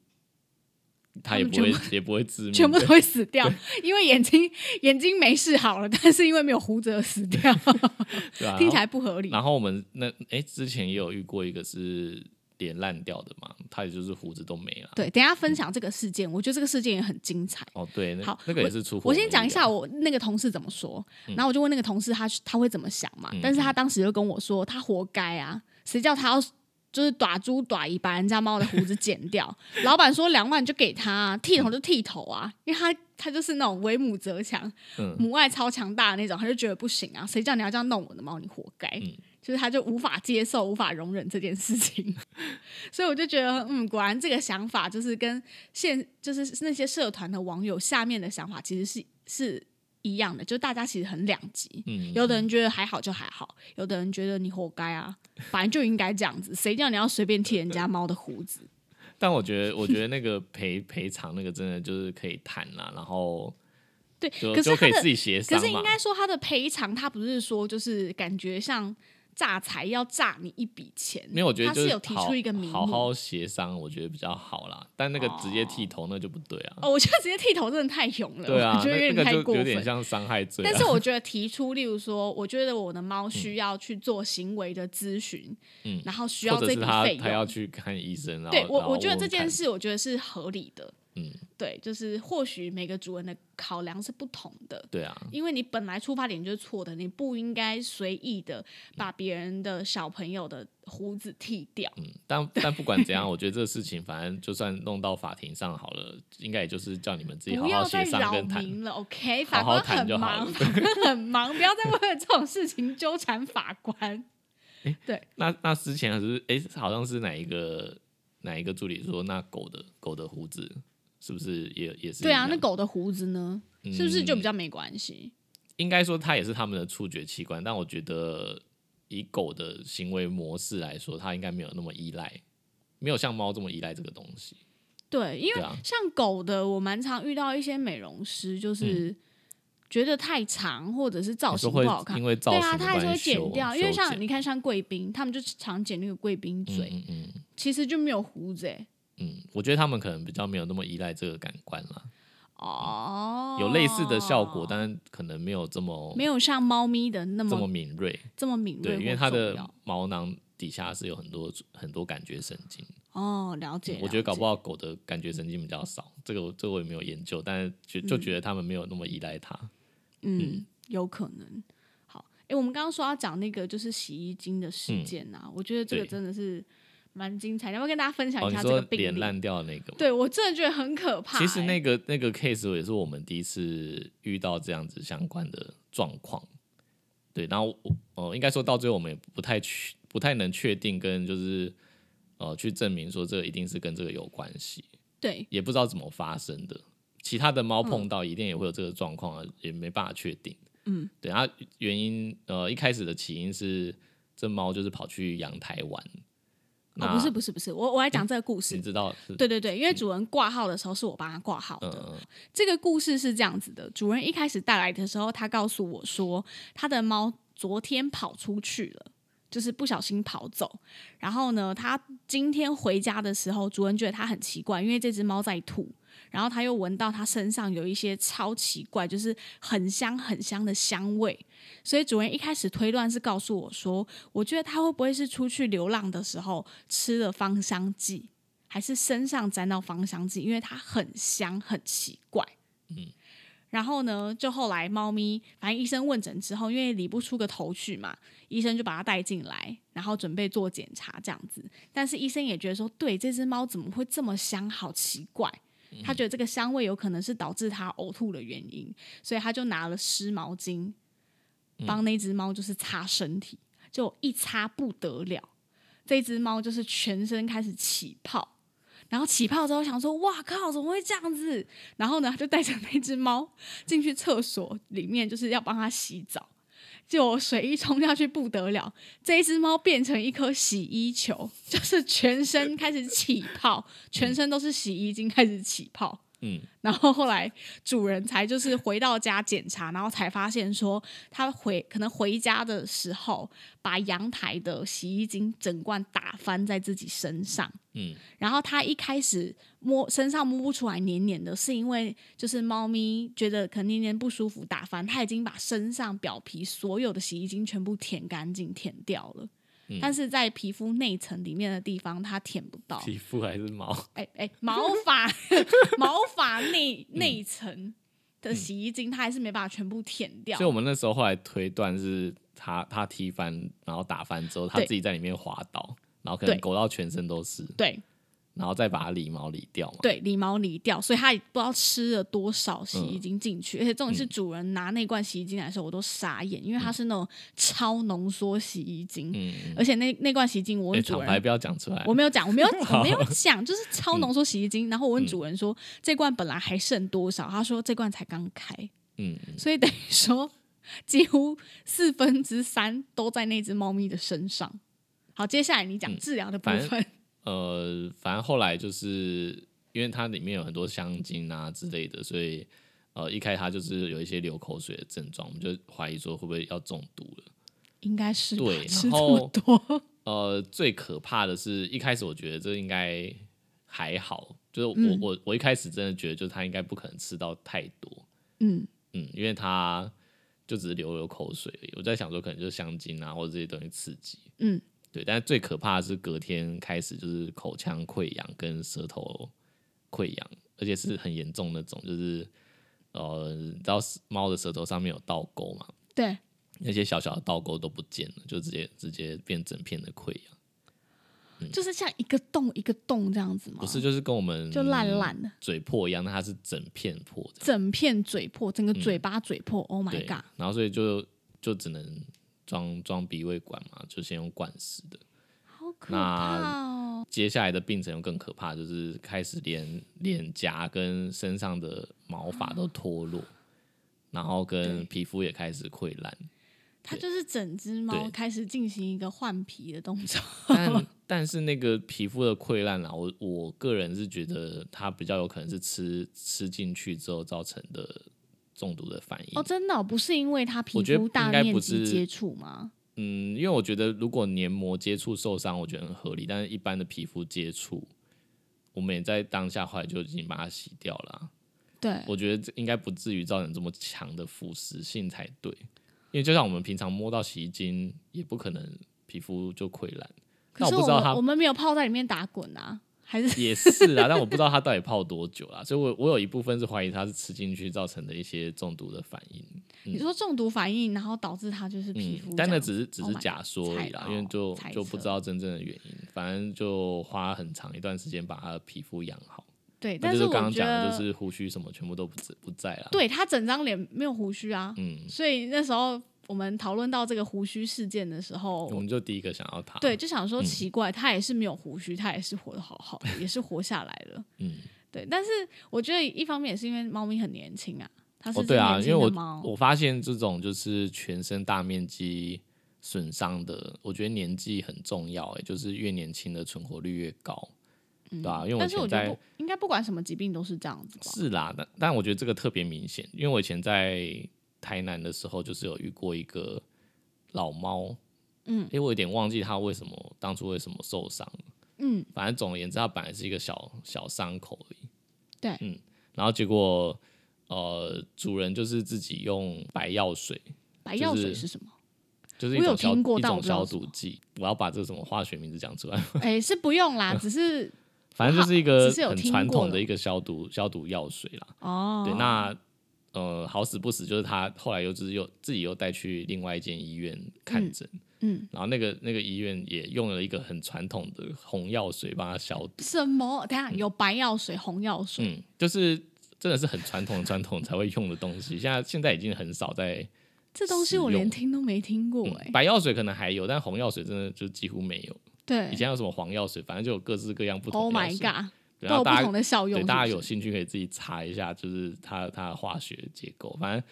Speaker 1: 他
Speaker 2: 他也
Speaker 1: 们
Speaker 2: 不
Speaker 1: 全
Speaker 2: 会也不会
Speaker 1: [LAUGHS]
Speaker 2: 致命，
Speaker 1: 全部
Speaker 2: 对
Speaker 1: 都会死掉，因为眼睛眼睛没事好了，但是因为没有胡子而死掉， [LAUGHS]
Speaker 2: 对啊，
Speaker 1: 听起
Speaker 2: 然后
Speaker 1: 来不合理。
Speaker 2: 然后我们那哎、之前也有遇过一个是脸烂掉的嘛，他也就是胡子都没了。
Speaker 1: 对，等一下分享这个事件，我觉得这个事件也很精彩。
Speaker 2: 哦，对，那
Speaker 1: 好
Speaker 2: 那个也嗯是出乎
Speaker 1: 我先
Speaker 2: 们
Speaker 1: 讲一
Speaker 2: 意料
Speaker 1: 下我那个同事怎么说，然后我就问那个同事他他会怎么想嘛，
Speaker 2: 嗯
Speaker 1: 但是他当时就跟我说他活该啊，谁叫他要就是短猪短一把人家猫的胡子剪掉，老板说两万就给他、啊，剃头就剃头啊，因为他他就是那种为母则强，
Speaker 2: 嗯
Speaker 1: 母爱超强大的那种，他就觉得不行啊，谁叫你要这样弄我的猫，你活该。
Speaker 2: 嗯
Speaker 1: 就是他就无法接受、无法容忍这件事情， [LAUGHS] 所以我就觉得，嗯，果然这个想法就是跟现就是那些社团的网友下面的想法其实是是一样的，就大家其实很两极。
Speaker 2: 嗯，
Speaker 1: 有的人觉得还好就还好，有的人觉得你活该啊，反正就应该这样子，谁叫你要随便剃人家猫的胡子？
Speaker 2: 但
Speaker 1: [LAUGHS]
Speaker 2: 我觉得我觉得那个赔赔偿那个真的就是可以谈啦，然后
Speaker 1: 对，
Speaker 2: 就
Speaker 1: 可是
Speaker 2: 就可
Speaker 1: 他
Speaker 2: 以
Speaker 1: 的
Speaker 2: 自己协商
Speaker 1: 可
Speaker 2: 嘛。
Speaker 1: 是应该说他的赔偿，他不是说就是感觉像榨财要榨你一笔钱，
Speaker 2: 没有，我觉得
Speaker 1: 他
Speaker 2: 就是
Speaker 1: 有提
Speaker 2: 好
Speaker 1: 出一个名目，
Speaker 2: 好好协商，我觉得比较好啦。但那个直接剃头那就不对啊，
Speaker 1: 哦，我觉得直接剃头真的太勇了，
Speaker 2: 对啊
Speaker 1: 我，觉得
Speaker 2: 那
Speaker 1: 有
Speaker 2: 那
Speaker 1: 点太
Speaker 2: 个
Speaker 1: 过
Speaker 2: 就有
Speaker 1: 分。
Speaker 2: 点像伤害罪、啊。
Speaker 1: 但是我觉得提出，例如说，我觉得我的猫需要去做行为的咨询，
Speaker 2: 嗯
Speaker 1: 然后需要
Speaker 2: 或
Speaker 1: 这
Speaker 2: 者
Speaker 1: 笔
Speaker 2: 是他
Speaker 1: 费
Speaker 2: 他要
Speaker 1: 用。
Speaker 2: 去看医生，然后
Speaker 1: 对
Speaker 2: 然
Speaker 1: 我，
Speaker 2: 后
Speaker 1: 我觉得
Speaker 2: 问
Speaker 1: 这件
Speaker 2: 看
Speaker 1: 事，我觉得是合理的。
Speaker 2: 嗯，
Speaker 1: 对，就是或许每个主人的考量是不同的，
Speaker 2: 对啊，
Speaker 1: 因为你本来出发点就是错的，你不应该随意
Speaker 2: 嗯
Speaker 1: 的把别人的小朋友的胡子剃掉。
Speaker 2: 嗯，但但不管怎样，我觉得这个事情反正就算弄到法庭上好了，应该也就是叫你们自己好
Speaker 1: 不要
Speaker 2: 好
Speaker 1: 再
Speaker 2: 协商
Speaker 1: 扰
Speaker 2: 跟谈。
Speaker 1: 民了，OK？
Speaker 2: 好
Speaker 1: 法
Speaker 2: 好
Speaker 1: 官
Speaker 2: 谈
Speaker 1: 很
Speaker 2: 就好
Speaker 1: 忙，
Speaker 2: 了
Speaker 1: 法官很忙，不要再为了这种事情纠缠法官。
Speaker 2: 那那之前还是哎、好像是哪一个哪一个助理说，那狗的狗的胡子是不是也也是一
Speaker 1: 对啊，
Speaker 2: 样嗯
Speaker 1: 那狗的胡子呢，是不是就比较没关系？
Speaker 2: 应该说它也是他们的触觉器官，但我觉得以狗的行为模式来说，它应该没有那么依赖，没有像猫这么依赖这个东西。
Speaker 1: 对，因为
Speaker 2: 对啊
Speaker 1: 像狗的，我蛮常遇到一些美容师，
Speaker 2: 嗯
Speaker 1: 就是觉得太长或者是造
Speaker 2: 你说
Speaker 1: 型
Speaker 2: 会
Speaker 1: 不好看
Speaker 2: 因。为造
Speaker 1: 对
Speaker 2: 型
Speaker 1: 啊，他还是会剪掉，因为像
Speaker 2: 你
Speaker 1: 你看，像贵宾，他们就常剪那个贵宾嘴，
Speaker 2: 嗯嗯嗯
Speaker 1: 其实就没有胡子、欸、
Speaker 2: 嗯，我觉得他们可能比较没有那么依赖这个感官啦，
Speaker 1: 哦，
Speaker 2: 有类似的效果，但可能没有这么
Speaker 1: 没有像猫咪的那
Speaker 2: 嗯这
Speaker 1: 么
Speaker 2: 么敏锐。
Speaker 1: 这么敏锐
Speaker 2: 对，
Speaker 1: 或重要，
Speaker 2: 因为它的毛囊底下是有很多很多感觉神经，
Speaker 1: 哦，了解，
Speaker 2: 我觉得搞不
Speaker 1: 好
Speaker 2: 好狗的感觉神经比较少，这个我这个我也没有研究，但是就就觉得它们没有那么依赖它。
Speaker 1: 嗯，有可能。好，哎、我们刚刚说要讲那个就是洗衣精的事件啊，我觉得这个
Speaker 2: 嗯对
Speaker 1: 真的是蛮精彩，要不要跟大家分享
Speaker 2: 哦，
Speaker 1: 一
Speaker 2: 你
Speaker 1: 下这
Speaker 2: 说
Speaker 1: 个病
Speaker 2: 脸
Speaker 1: 例？
Speaker 2: 烂掉的那个吗，
Speaker 1: 对我真的觉得很可怕、欸
Speaker 2: 其实
Speaker 1: 诶
Speaker 2: 那个那个 case 也是我们第一次遇到这样子相关的状况。对，然后我呃，应该说到最后我们也不太确不太能确定跟就是呃去证明说这个一定是跟这个有关系，
Speaker 1: 对，
Speaker 2: 也不知道怎么发生的。其他的猫碰到一定也会有这个状况啊，也没办法确定。
Speaker 1: 嗯，
Speaker 2: 对，它原因呃一开始的起因是这猫就是跑去阳台玩，
Speaker 1: 哦，
Speaker 2: 那
Speaker 1: 不是不是不是，我我来讲这个故事
Speaker 2: 你。知道是
Speaker 1: 对对对，因为主人挂号的时候是我帮他挂号的。这个故事是这样子的：主人一开始带来的时候，他告诉我说，他的猫昨天跑出去了，就是不小心跑走。然后呢，他今天回家的时候，主人觉得他很奇怪，因为这只猫在吐，然后他又闻到它身上有一些超奇怪，就是很香很香的香味。所以主人一开始推断是告诉我说，我觉得它会不会是出去流浪的时候吃了芳香剂，还是身上沾到芳香剂，因为它很香很奇怪。然后呢，就后来猫咪，反正医生问诊之后，因为理不出个头绪嘛，医生就把它带进来，然后准备做检查这样子。但是医生也觉得说，对这只猫怎么会这么香，好奇怪。他觉得这个香味有可能是导致它呕吐的原因，所以他就拿了湿毛巾帮那只猫就是擦身体，就一擦不得了，这只猫就是全身开始起泡，然后起泡之后想说，哇靠，怎么会这样子？然后呢，他就带着那只猫进去厕所里面，就是要帮它洗澡。结果水一冲下去不得了，这一只猫变成一颗洗衣球，就是全身开始起泡，全身都是洗衣精开始起泡。
Speaker 2: 嗯，
Speaker 1: [LAUGHS] 然后后来主人才就是回到家检查，然后才发现说他回可能回家的时候把阳台的洗衣精整罐打翻在自己身上。
Speaker 2: 嗯，
Speaker 1: 然后他一开始摸身上摸不出来黏黏的，是因为就是猫咪觉得可能黏黏不舒服打翻，它已经把身上表皮所有的洗衣精全部舔干净、舔掉了。
Speaker 2: 嗯
Speaker 1: 但是在皮肤内层里面的地方，它舔不到。
Speaker 2: 皮肤还是毛，
Speaker 1: 哎哎，毛发 [LAUGHS] 毛发内内层的洗衣精，它还是没办法全部舔掉
Speaker 2: 所以。我们那时候后来推断是他他踢翻，然后打翻之后，他
Speaker 1: 对
Speaker 2: 自己在里面滑倒，然后可能
Speaker 1: 对
Speaker 2: 勾到全身都是，
Speaker 1: 对
Speaker 2: 然后再把它理毛理掉嘛。哎
Speaker 1: 对，理毛理掉，所以它也不知道吃了多少洗衣精进去。而且重点是，
Speaker 2: 嗯
Speaker 1: 主人拿那罐洗衣精来的时候，我都傻眼，因为它是那种超浓缩洗衣精，
Speaker 2: 嗯，
Speaker 1: 而且那那罐洗衣精我
Speaker 2: 哎、
Speaker 1: 问主
Speaker 2: 厂牌
Speaker 1: 人。
Speaker 2: 不要讲出来
Speaker 1: 我。没有讲，我没有，我没有讲，就是超浓缩洗衣
Speaker 2: 嗯
Speaker 1: 精。然后我问主人说，这罐本来还剩多少？他说这罐才刚开，
Speaker 2: 嗯，嗯
Speaker 1: 所以等于说，几乎四分之三都在那只猫咪的身上。好，接下来你
Speaker 2: 嗯
Speaker 1: 讲治疗的部分。
Speaker 2: 呃，反正后来就是因为它里面有很多香精啊之类的，所以呃一开始它就是有一些流口水的症状，我们就怀疑说会不会要中毒了。
Speaker 1: 应该是吧
Speaker 2: 对然
Speaker 1: 吃这么多，
Speaker 2: 呃，最可怕的是一开始我觉得这应该还好，就是我、
Speaker 1: 嗯
Speaker 2: 我我一开始真的觉得就是它应该不可能吃到太多，
Speaker 1: 嗯，
Speaker 2: 嗯，因为它就只是流流口水而已。我在想说可能就是香精啊或者这些东西刺激，
Speaker 1: 嗯，
Speaker 2: 对。但是最可怕的是隔天开始就是口腔溃疡跟舌头溃疡，而且是很严重那种，就是呃，你知道猫的舌头上面有倒钩嘛，
Speaker 1: 对，
Speaker 2: 那些小小的倒钩都不见了，就直接直接变整片的溃疡。
Speaker 1: 就是像一个洞一个洞这样子吗？
Speaker 2: 嗯不是，，嗯就是跟我们
Speaker 1: 哦就烂烂的，
Speaker 2: 嘴破一样，那它是整片破这样。
Speaker 1: 整片嘴破，整个嘴巴嘴破。oh
Speaker 2: 嗯对
Speaker 1: my god！
Speaker 2: 然后所以就就只能装装鼻胃管嘛，就先用灌食的。
Speaker 1: 好可怕哦！
Speaker 2: 接下来的病程又更可怕，就是开始连脸颊跟身上的毛发都脱落，然后跟
Speaker 1: 对
Speaker 2: 皮肤也开始溃烂。
Speaker 1: 它就是整只猫
Speaker 2: 对
Speaker 1: 开始进行一个换皮的动
Speaker 2: [LAUGHS]
Speaker 1: 作。
Speaker 2: 但但是那个皮肤的溃烂啊，我我个人是觉得它比较有可能是吃吃进去之后造成的中毒的反应。
Speaker 1: 哦，真的哦、不是因为它皮
Speaker 2: 我觉得
Speaker 1: 肤大
Speaker 2: 应该
Speaker 1: 面
Speaker 2: 不
Speaker 1: 积
Speaker 2: 是
Speaker 1: 接触吗？
Speaker 2: 嗯，因为我觉得如果黏膜接触受伤，我觉得很合理，但是一般的皮肤接触，我们也在当下后来就已经把它洗掉了啊。
Speaker 1: 对，
Speaker 2: 我觉得这应该不至于造成这么强的腐蚀性才对，因为就像我们平常摸到洗衣精，也不可能皮肤就溃烂。
Speaker 1: 可
Speaker 2: 但
Speaker 1: 是
Speaker 2: 我不知道它
Speaker 1: 我们没有泡在里面打滚啊，还是
Speaker 2: 也是啊，但我不知道它到底泡多久啦，所以我我有一部分是怀疑它是吃进去造成的一些中毒的反应。
Speaker 1: 你说中毒反应，然后导致它就是皮肤这样、
Speaker 2: 嗯，但那只是只
Speaker 1: Oh
Speaker 2: 是
Speaker 1: my god，
Speaker 2: 假说而已
Speaker 1: 猜，到
Speaker 2: 啦
Speaker 1: 哦
Speaker 2: 因为就
Speaker 1: 猜测
Speaker 2: 就不知道真正的原因，反正就花很长一段时间把他的皮肤养好。
Speaker 1: 对，
Speaker 2: 那
Speaker 1: 但
Speaker 2: 就是是
Speaker 1: 我
Speaker 2: 刚刚
Speaker 1: 觉
Speaker 2: 讲
Speaker 1: 得
Speaker 2: 的，就是胡须什么全部都不在不在啦。，
Speaker 1: 对它整张脸没有胡须啊，
Speaker 2: 嗯，
Speaker 1: 所以那时候我们讨论到这个胡须事件的时候，
Speaker 2: 我们就第一个想要他。
Speaker 1: 对，，就想说
Speaker 2: 嗯
Speaker 1: 奇怪，他也是没有胡须，他也是活得好好的，也是活下来了。
Speaker 2: 嗯，
Speaker 1: [LAUGHS] 对，但是我觉得一方面也是因为猫咪很年轻啊，它是
Speaker 2: 哦，
Speaker 1: 只
Speaker 2: 对啊，
Speaker 1: 年
Speaker 2: 因
Speaker 1: 轻
Speaker 2: 为
Speaker 1: 的
Speaker 2: 我
Speaker 1: 猫，
Speaker 2: 我发现这种就是全身大面积损伤的，我觉得年纪很重要、欸，就是越年轻的存活率越高，对吧、因为
Speaker 1: 嗯但
Speaker 2: 以
Speaker 1: 是我
Speaker 2: 前
Speaker 1: 觉得
Speaker 2: 在
Speaker 1: 不应该不管什么疾病都是这样子吧。
Speaker 2: 是啦，但但我觉得这个特别明显，因为我以前在台南的时候，就是有遇过一个老猫，
Speaker 1: 嗯，
Speaker 2: 因为我有点忘记它为什么当初为什么受伤，
Speaker 1: 嗯，
Speaker 2: 反正总而言之，它本来是一个小小伤口而已，
Speaker 1: 对
Speaker 2: 嗯，然后结果呃，主人就是自己用白药水，
Speaker 1: 白药水
Speaker 2: 就是
Speaker 1: 是
Speaker 2: [LAUGHS]
Speaker 1: 什么？
Speaker 2: 就是一
Speaker 1: 我有
Speaker 2: 种消
Speaker 1: 听过
Speaker 2: 一
Speaker 1: 但我不
Speaker 2: 种
Speaker 1: 知道
Speaker 2: 消
Speaker 1: 是什么
Speaker 2: 毒剂，我要把这个什么化学名字讲出来，
Speaker 1: 哎、是不用啦，只
Speaker 2: [LAUGHS]
Speaker 1: 是
Speaker 2: 反正就是一个
Speaker 1: 只 [LAUGHS] 是有
Speaker 2: 很
Speaker 1: 听
Speaker 2: 传
Speaker 1: 过
Speaker 2: 统
Speaker 1: 的
Speaker 2: 的一个消毒消毒药水啦。
Speaker 1: 哦，
Speaker 2: 对，那呃，好死不死，就是他后来又就是又自己又带去另外一间医院看诊，
Speaker 1: 嗯，
Speaker 2: 然后那个那个医院也用了一个很传统的红药水帮他消毒，
Speaker 1: 什么？等一下有白药水、红药水，
Speaker 2: 嗯，就是真的是很传统很传统才会用的东西，现在现在已经很少在、
Speaker 1: 这东西我
Speaker 2: 使用
Speaker 1: 连听都没听过
Speaker 2: 嗯
Speaker 1: 哎、
Speaker 2: 白药水可能还有，但红药水真的就几乎没有。以
Speaker 1: 对
Speaker 2: 前还有什么黄药水，反正就有各式各样不同
Speaker 1: ，Oh
Speaker 2: 的药
Speaker 1: my
Speaker 2: 水。
Speaker 1: god，
Speaker 2: 对
Speaker 1: 都
Speaker 2: 然
Speaker 1: 有
Speaker 2: 后
Speaker 1: 不
Speaker 2: 大家
Speaker 1: 同的效用
Speaker 2: 对，大家有
Speaker 1: 是
Speaker 2: 兴趣可以自己查一下，就是它它的化学结构。反正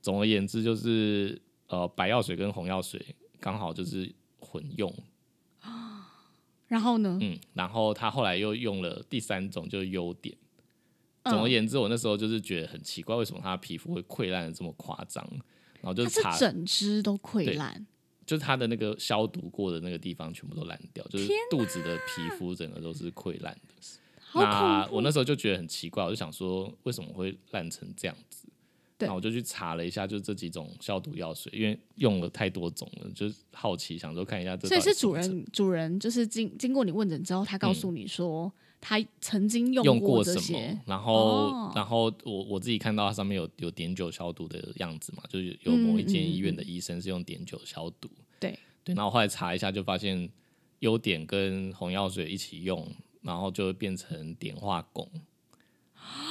Speaker 2: 总而言之，就是呃，白药水跟红药水刚好就是混用，
Speaker 1: 不是然后呢？
Speaker 2: 嗯，然后他后来又用了第三种，就是优点。
Speaker 1: 嗯
Speaker 2: 总而言之，我那时候就是觉得很奇怪，为什么他的皮肤会溃烂的这么夸张？然后就
Speaker 1: 它
Speaker 2: 是查
Speaker 1: 是，整只都溃
Speaker 2: 对
Speaker 1: 烂，
Speaker 2: 就是他的那个消毒过的那个地方全部都烂掉，就是肚子的皮肤整个都是溃烂的。
Speaker 1: 好恐
Speaker 2: 那
Speaker 1: 怖！
Speaker 2: 我那时候就觉得很奇怪，我就想说为什么会烂成这样子？
Speaker 1: 对
Speaker 2: 然后我就去查了一下，就这几种消毒药水，因为用了太多种了，就是好奇想说看一下这。嗯
Speaker 1: 所以是主。人，主人就是经经过你问诊之后，他告诉你说他曾经
Speaker 2: 用
Speaker 1: 过这
Speaker 2: 什
Speaker 1: 些
Speaker 2: 么，？然后、
Speaker 1: 哦
Speaker 2: 然后我我自己看到它上面有有碘酒消毒的样子嘛，就是有某一间医院的医生是用碘酒消毒。
Speaker 1: 嗯对
Speaker 2: 对，然后后来查一下就发现，优碘跟红药水一起用，然后就会变成碘化汞。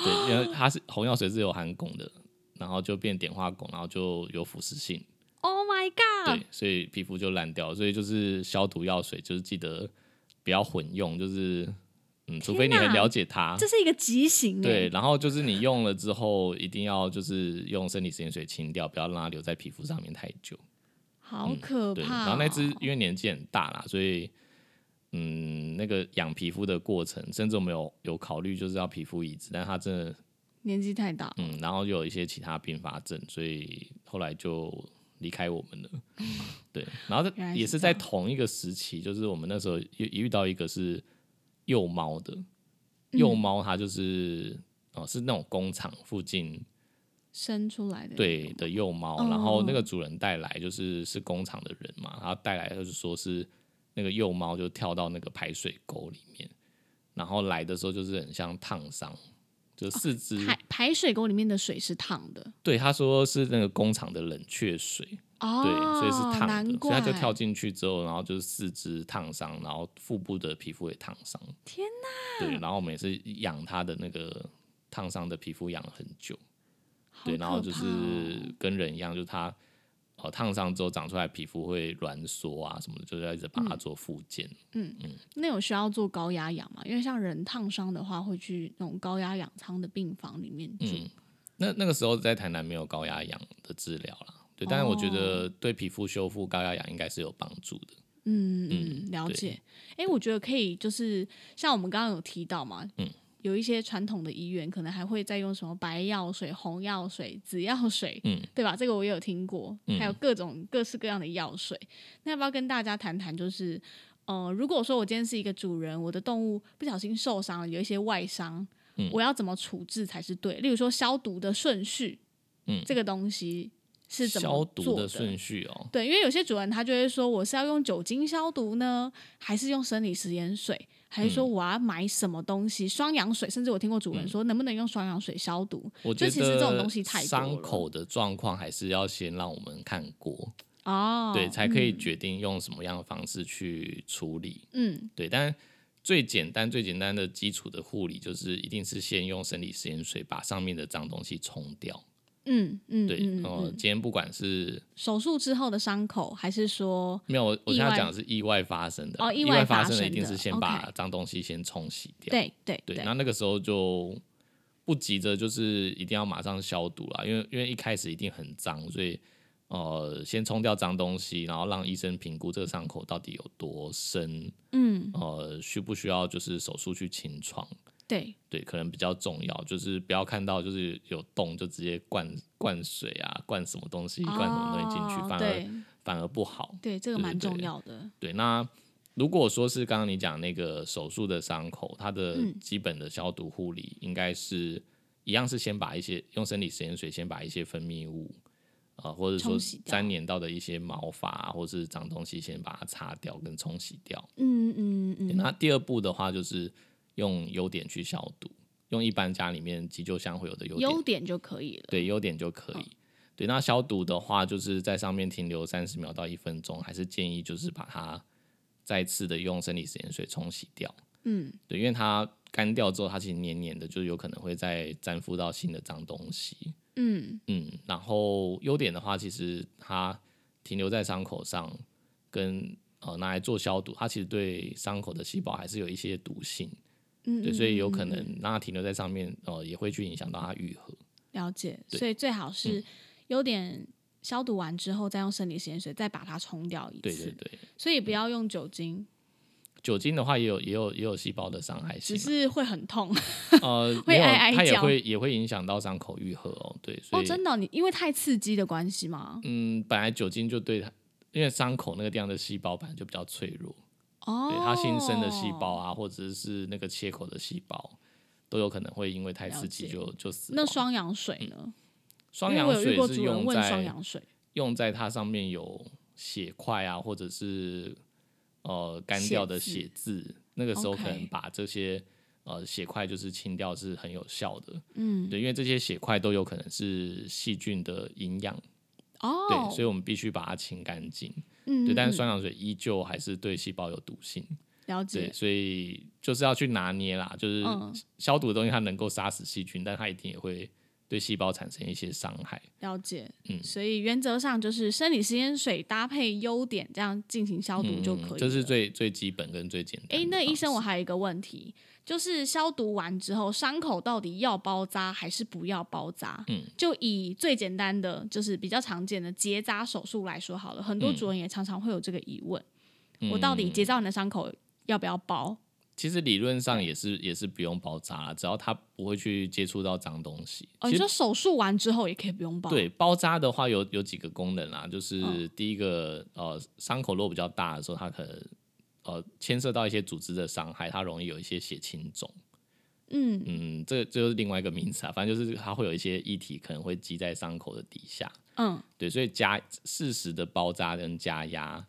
Speaker 2: 对，因为它是红药水是有含汞的，然后就变碘化汞，然后就有腐蚀性，
Speaker 1: ，Oh my god！
Speaker 2: 对，所以皮肤就烂掉了。所以就是消毒药水，就是记得不要混用，就是嗯，除非你
Speaker 1: 天
Speaker 2: 很
Speaker 1: 哪
Speaker 2: 了解它，
Speaker 1: 这是一个畸形
Speaker 2: 啊对，
Speaker 1: 哎，
Speaker 2: 然后就是你用了之后，一定要就是用生理食盐水清掉，不要让它留在皮肤上面太久。
Speaker 1: 好可
Speaker 2: 嗯对，
Speaker 1: 怕哦。
Speaker 2: 然后那只因为年纪很大啦，所以嗯，那个养皮肤的过程，甚至我们有有考虑就是要皮肤移植，但它真的
Speaker 1: 年纪太大，
Speaker 2: 嗯，然后又有一些其他并发症，所以后来就离开我们了。 [LAUGHS] 对，然后
Speaker 1: 原来
Speaker 2: 这也
Speaker 1: 是
Speaker 2: 是
Speaker 1: 这
Speaker 2: 在
Speaker 1: 样
Speaker 2: 同一个时期，就是我们那时候一一遇到一个是幼猫的，幼猫它就是哦、是那种工厂附近
Speaker 1: 生出来的
Speaker 2: 对的幼猫，
Speaker 1: 哦
Speaker 2: 然后那个主人带来就是是工厂的人嘛，然后带来就是说是那个幼猫就跳到那个排水沟里面，然后来的时候就是很像烫伤，
Speaker 1: 哦
Speaker 2: 就四肢、
Speaker 1: 排排水沟里面的水是烫的
Speaker 2: 对他说是那个工厂的冷却水，
Speaker 1: 哦，
Speaker 2: 对，所以是烫
Speaker 1: 难
Speaker 2: 的，所以
Speaker 1: 怪
Speaker 2: 他就跳进去之后，然后就是四肢烫伤，然后腹部的皮肤也烫伤，
Speaker 1: 天
Speaker 2: 哪！对，然后我们也是养他的那个烫伤的皮肤养了很久，
Speaker 1: 好
Speaker 2: 对，然后
Speaker 1: 可
Speaker 2: 就
Speaker 1: 怕
Speaker 2: 是
Speaker 1: 哦
Speaker 2: 跟人一样，就是它呃烫伤之后长出来皮肤会挛缩啊什么的，就是要一直把
Speaker 1: 嗯
Speaker 2: 它做复健。
Speaker 1: 那有需要做高压氧嘛？因为像人烫伤的话，会去那种高压氧舱的病房里面住。
Speaker 2: 嗯那那个时候在台南没有高压氧的治疗啦，对，但是我
Speaker 1: 哦
Speaker 2: 觉得对皮肤修复高压氧应该是有帮助的。
Speaker 1: 嗯嗯，了
Speaker 2: 对
Speaker 1: 解。哎、我觉得可以，就是像我们刚刚有提到嘛，
Speaker 2: 嗯，
Speaker 1: 有一些传统的医院可能还会再用什么白药水、红药水、紫药水，
Speaker 2: 嗯，
Speaker 1: 对吧？这个我也有听过，
Speaker 2: 嗯
Speaker 1: 还有各种各式各样的药水。那要不要跟大家谈谈？就是，呃，如果说我今天是一个主人，我的动物不小心受伤了，有一些外伤，
Speaker 2: 嗯
Speaker 1: 我要怎么处置才是对？例如说消毒的顺序，
Speaker 2: 嗯
Speaker 1: 这个东西是怎么
Speaker 2: 消毒
Speaker 1: 做
Speaker 2: 的顺序哦、
Speaker 1: 对，因为有些主人他就会说，我是要用酒精消毒呢，还是用生理食盐水，还是说
Speaker 2: 嗯
Speaker 1: 我要买什么东西双氧水？甚至我听过主人说，能不能用双氧水消毒？
Speaker 2: 我
Speaker 1: 就
Speaker 2: 觉
Speaker 1: 其实这种
Speaker 2: 得
Speaker 1: 东西太多
Speaker 2: 伤
Speaker 1: 了
Speaker 2: 口的状况还是要先让我们看过，
Speaker 1: 哦，
Speaker 2: 对，才可以
Speaker 1: 嗯
Speaker 2: 决定用什么样的方式去处理。
Speaker 1: 嗯
Speaker 2: 对，但最简单、最简单的基础的护理，就是一定是先用生理食盐水把上面的脏东西冲掉。
Speaker 1: 嗯嗯嗯，
Speaker 2: 对，哦
Speaker 1: 嗯
Speaker 2: 然后
Speaker 1: 嗯
Speaker 2: 今天不管是
Speaker 1: 手术之后的伤口，还是说，
Speaker 2: 没有，我我
Speaker 1: 意
Speaker 2: 现在
Speaker 1: 外
Speaker 2: 讲的是意外发生的，
Speaker 1: 哦意
Speaker 2: 意
Speaker 1: 外发
Speaker 2: 发的
Speaker 1: 生
Speaker 2: 一定
Speaker 1: 的
Speaker 2: 是先
Speaker 1: ，OK
Speaker 2: 把脏东西先冲洗掉。
Speaker 1: 对对
Speaker 2: 对，那那个时候就不急着，就是一定要马上消毒啦，因为因为一开始一定很脏，所以呃，先冲掉脏东西，然后让医生评估这个伤口到底有多深，
Speaker 1: 嗯
Speaker 2: 呃，需不需要就是手术去清创。
Speaker 1: 对，
Speaker 2: 对，可能比较重要，就是不要看到就是有洞就直接灌灌水啊，灌什么东西，灌什么东西进去，
Speaker 1: 哦
Speaker 2: 反而
Speaker 1: 对
Speaker 2: 反而不好。
Speaker 1: 对，这个
Speaker 2: 对
Speaker 1: 蛮
Speaker 2: 对
Speaker 1: 重
Speaker 2: 对
Speaker 1: 要的，
Speaker 2: 对，那如果说是刚刚你讲那个手术的伤口，它的
Speaker 1: 嗯
Speaker 2: 基本的消毒护理应该是一样，是先把一些用生理食盐水先把一些分泌物啊、呃或者说
Speaker 1: 冲洗掉
Speaker 2: 粘黏到的一些毛发啊或是脏东西，先把它擦掉跟冲洗掉。
Speaker 1: 嗯嗯嗯，
Speaker 2: 对那第二步的话，就是用优点去消毒，用一般家里面急救箱会有的优点
Speaker 1: 嗯优点就可以了，
Speaker 2: 对，优点就可以。对，那消毒的话，就是在上面停留三十秒到一分钟，还是建议就是把它再次的用生理食盐水冲洗掉。
Speaker 1: 嗯
Speaker 2: 对，因为它干掉之后，它其实黏黏的，就是有可能会再粘附到新的脏东西。
Speaker 1: 嗯
Speaker 2: 嗯，然后优点的话，其实它停留在伤口上，跟呃拿来做消毒，它其实对伤口的细胞还是有一些毒性。
Speaker 1: 嗯，
Speaker 2: 对，所以有可
Speaker 1: 嗯嗯
Speaker 2: 能让它停留在上面，呃，也会去影响到它愈合。
Speaker 1: 了解，
Speaker 2: 对嗯
Speaker 1: 所以最好是优点消毒完之后，再用生理食盐水再把它冲掉一次，
Speaker 2: 对对嗯对。
Speaker 1: 所以不要用酒精，
Speaker 2: 酒精的话也有也有也有细胞的伤害性
Speaker 1: 只
Speaker 2: 啊，
Speaker 1: 是会很痛
Speaker 2: 呃，
Speaker 1: 会
Speaker 2: 没有
Speaker 1: 哀哀
Speaker 2: 它也
Speaker 1: 叫
Speaker 2: 会也会影响到伤口愈合哦。对，所
Speaker 1: 哦，
Speaker 2: 以、
Speaker 1: 真的哦、你因为太刺激的关系吗？
Speaker 2: 嗯，本来酒精就对它，因为伤口那个地方的细胞本来就比较脆弱，
Speaker 1: 哦，
Speaker 2: 对它新生的细胞啊，或者是那个切口的细胞，都有可能会因为太
Speaker 1: 了
Speaker 2: 刺激
Speaker 1: 解
Speaker 2: 就就
Speaker 1: 哦
Speaker 2: 死亡。嗯
Speaker 1: 那双氧水呢？
Speaker 2: 双
Speaker 1: 因为
Speaker 2: 氧
Speaker 1: 我有遇
Speaker 2: 水
Speaker 1: 过
Speaker 2: 是
Speaker 1: 主人
Speaker 2: 用
Speaker 1: 问双
Speaker 2: 在
Speaker 1: 氧水
Speaker 2: 用在它上面有血块啊，或者是呃干掉的
Speaker 1: 血
Speaker 2: 血渍，那个时候
Speaker 1: OK
Speaker 2: 可能把这些呃血块就是清掉是很有效的。嗯，对，因为这些血块都有可能是细菌的营养，
Speaker 1: 哦，
Speaker 2: 对，所以我们必须把它清干净。
Speaker 1: 嗯，
Speaker 2: 对，
Speaker 1: 嗯
Speaker 2: 但
Speaker 1: 嗯
Speaker 2: 是双氧水依旧还是对细胞有毒性，
Speaker 1: 了
Speaker 2: 对，
Speaker 1: 解，
Speaker 2: 所以就是要去拿捏啦，就是
Speaker 1: 嗯
Speaker 2: 消毒的东西它能够杀死细菌，但它一定也会对细胞产生一些伤害。
Speaker 1: 了解，
Speaker 2: 嗯
Speaker 1: 所以原则上就是生理食盐水搭配优点，这样进行消毒就可以了。
Speaker 2: 嗯这是最最基本跟最简单的方
Speaker 1: 诶，
Speaker 2: 式。
Speaker 1: 那医生，我还有一个问题，就是消毒完之后，伤口到底要包扎还是不要包扎？
Speaker 2: 嗯，
Speaker 1: 就以最简单的，就是比较常见的结扎手术来说好了，很多
Speaker 2: 嗯
Speaker 1: 主人也常常会有这个疑问：我到底结扎完的伤口要不要包？
Speaker 2: 其实理论上也是也是不用包扎啦，只要它不会去接触到脏东西。
Speaker 1: 哦，
Speaker 2: 其
Speaker 1: 你
Speaker 2: 实
Speaker 1: 说手术完之后也可以不用包？，
Speaker 2: 对包扎的话有有几个功能啦，就是
Speaker 1: 嗯
Speaker 2: 第一个、呃伤口如果比较大的时候，它可能呃牵涉到一些组织的伤害，它容易有一些血清肿。
Speaker 1: 嗯，
Speaker 2: 嗯，这这就是另外一个名词啊，反正就是它会有一些液体可能会积在伤口的底下。
Speaker 1: 嗯，
Speaker 2: 对，所以加适时的包扎跟加压，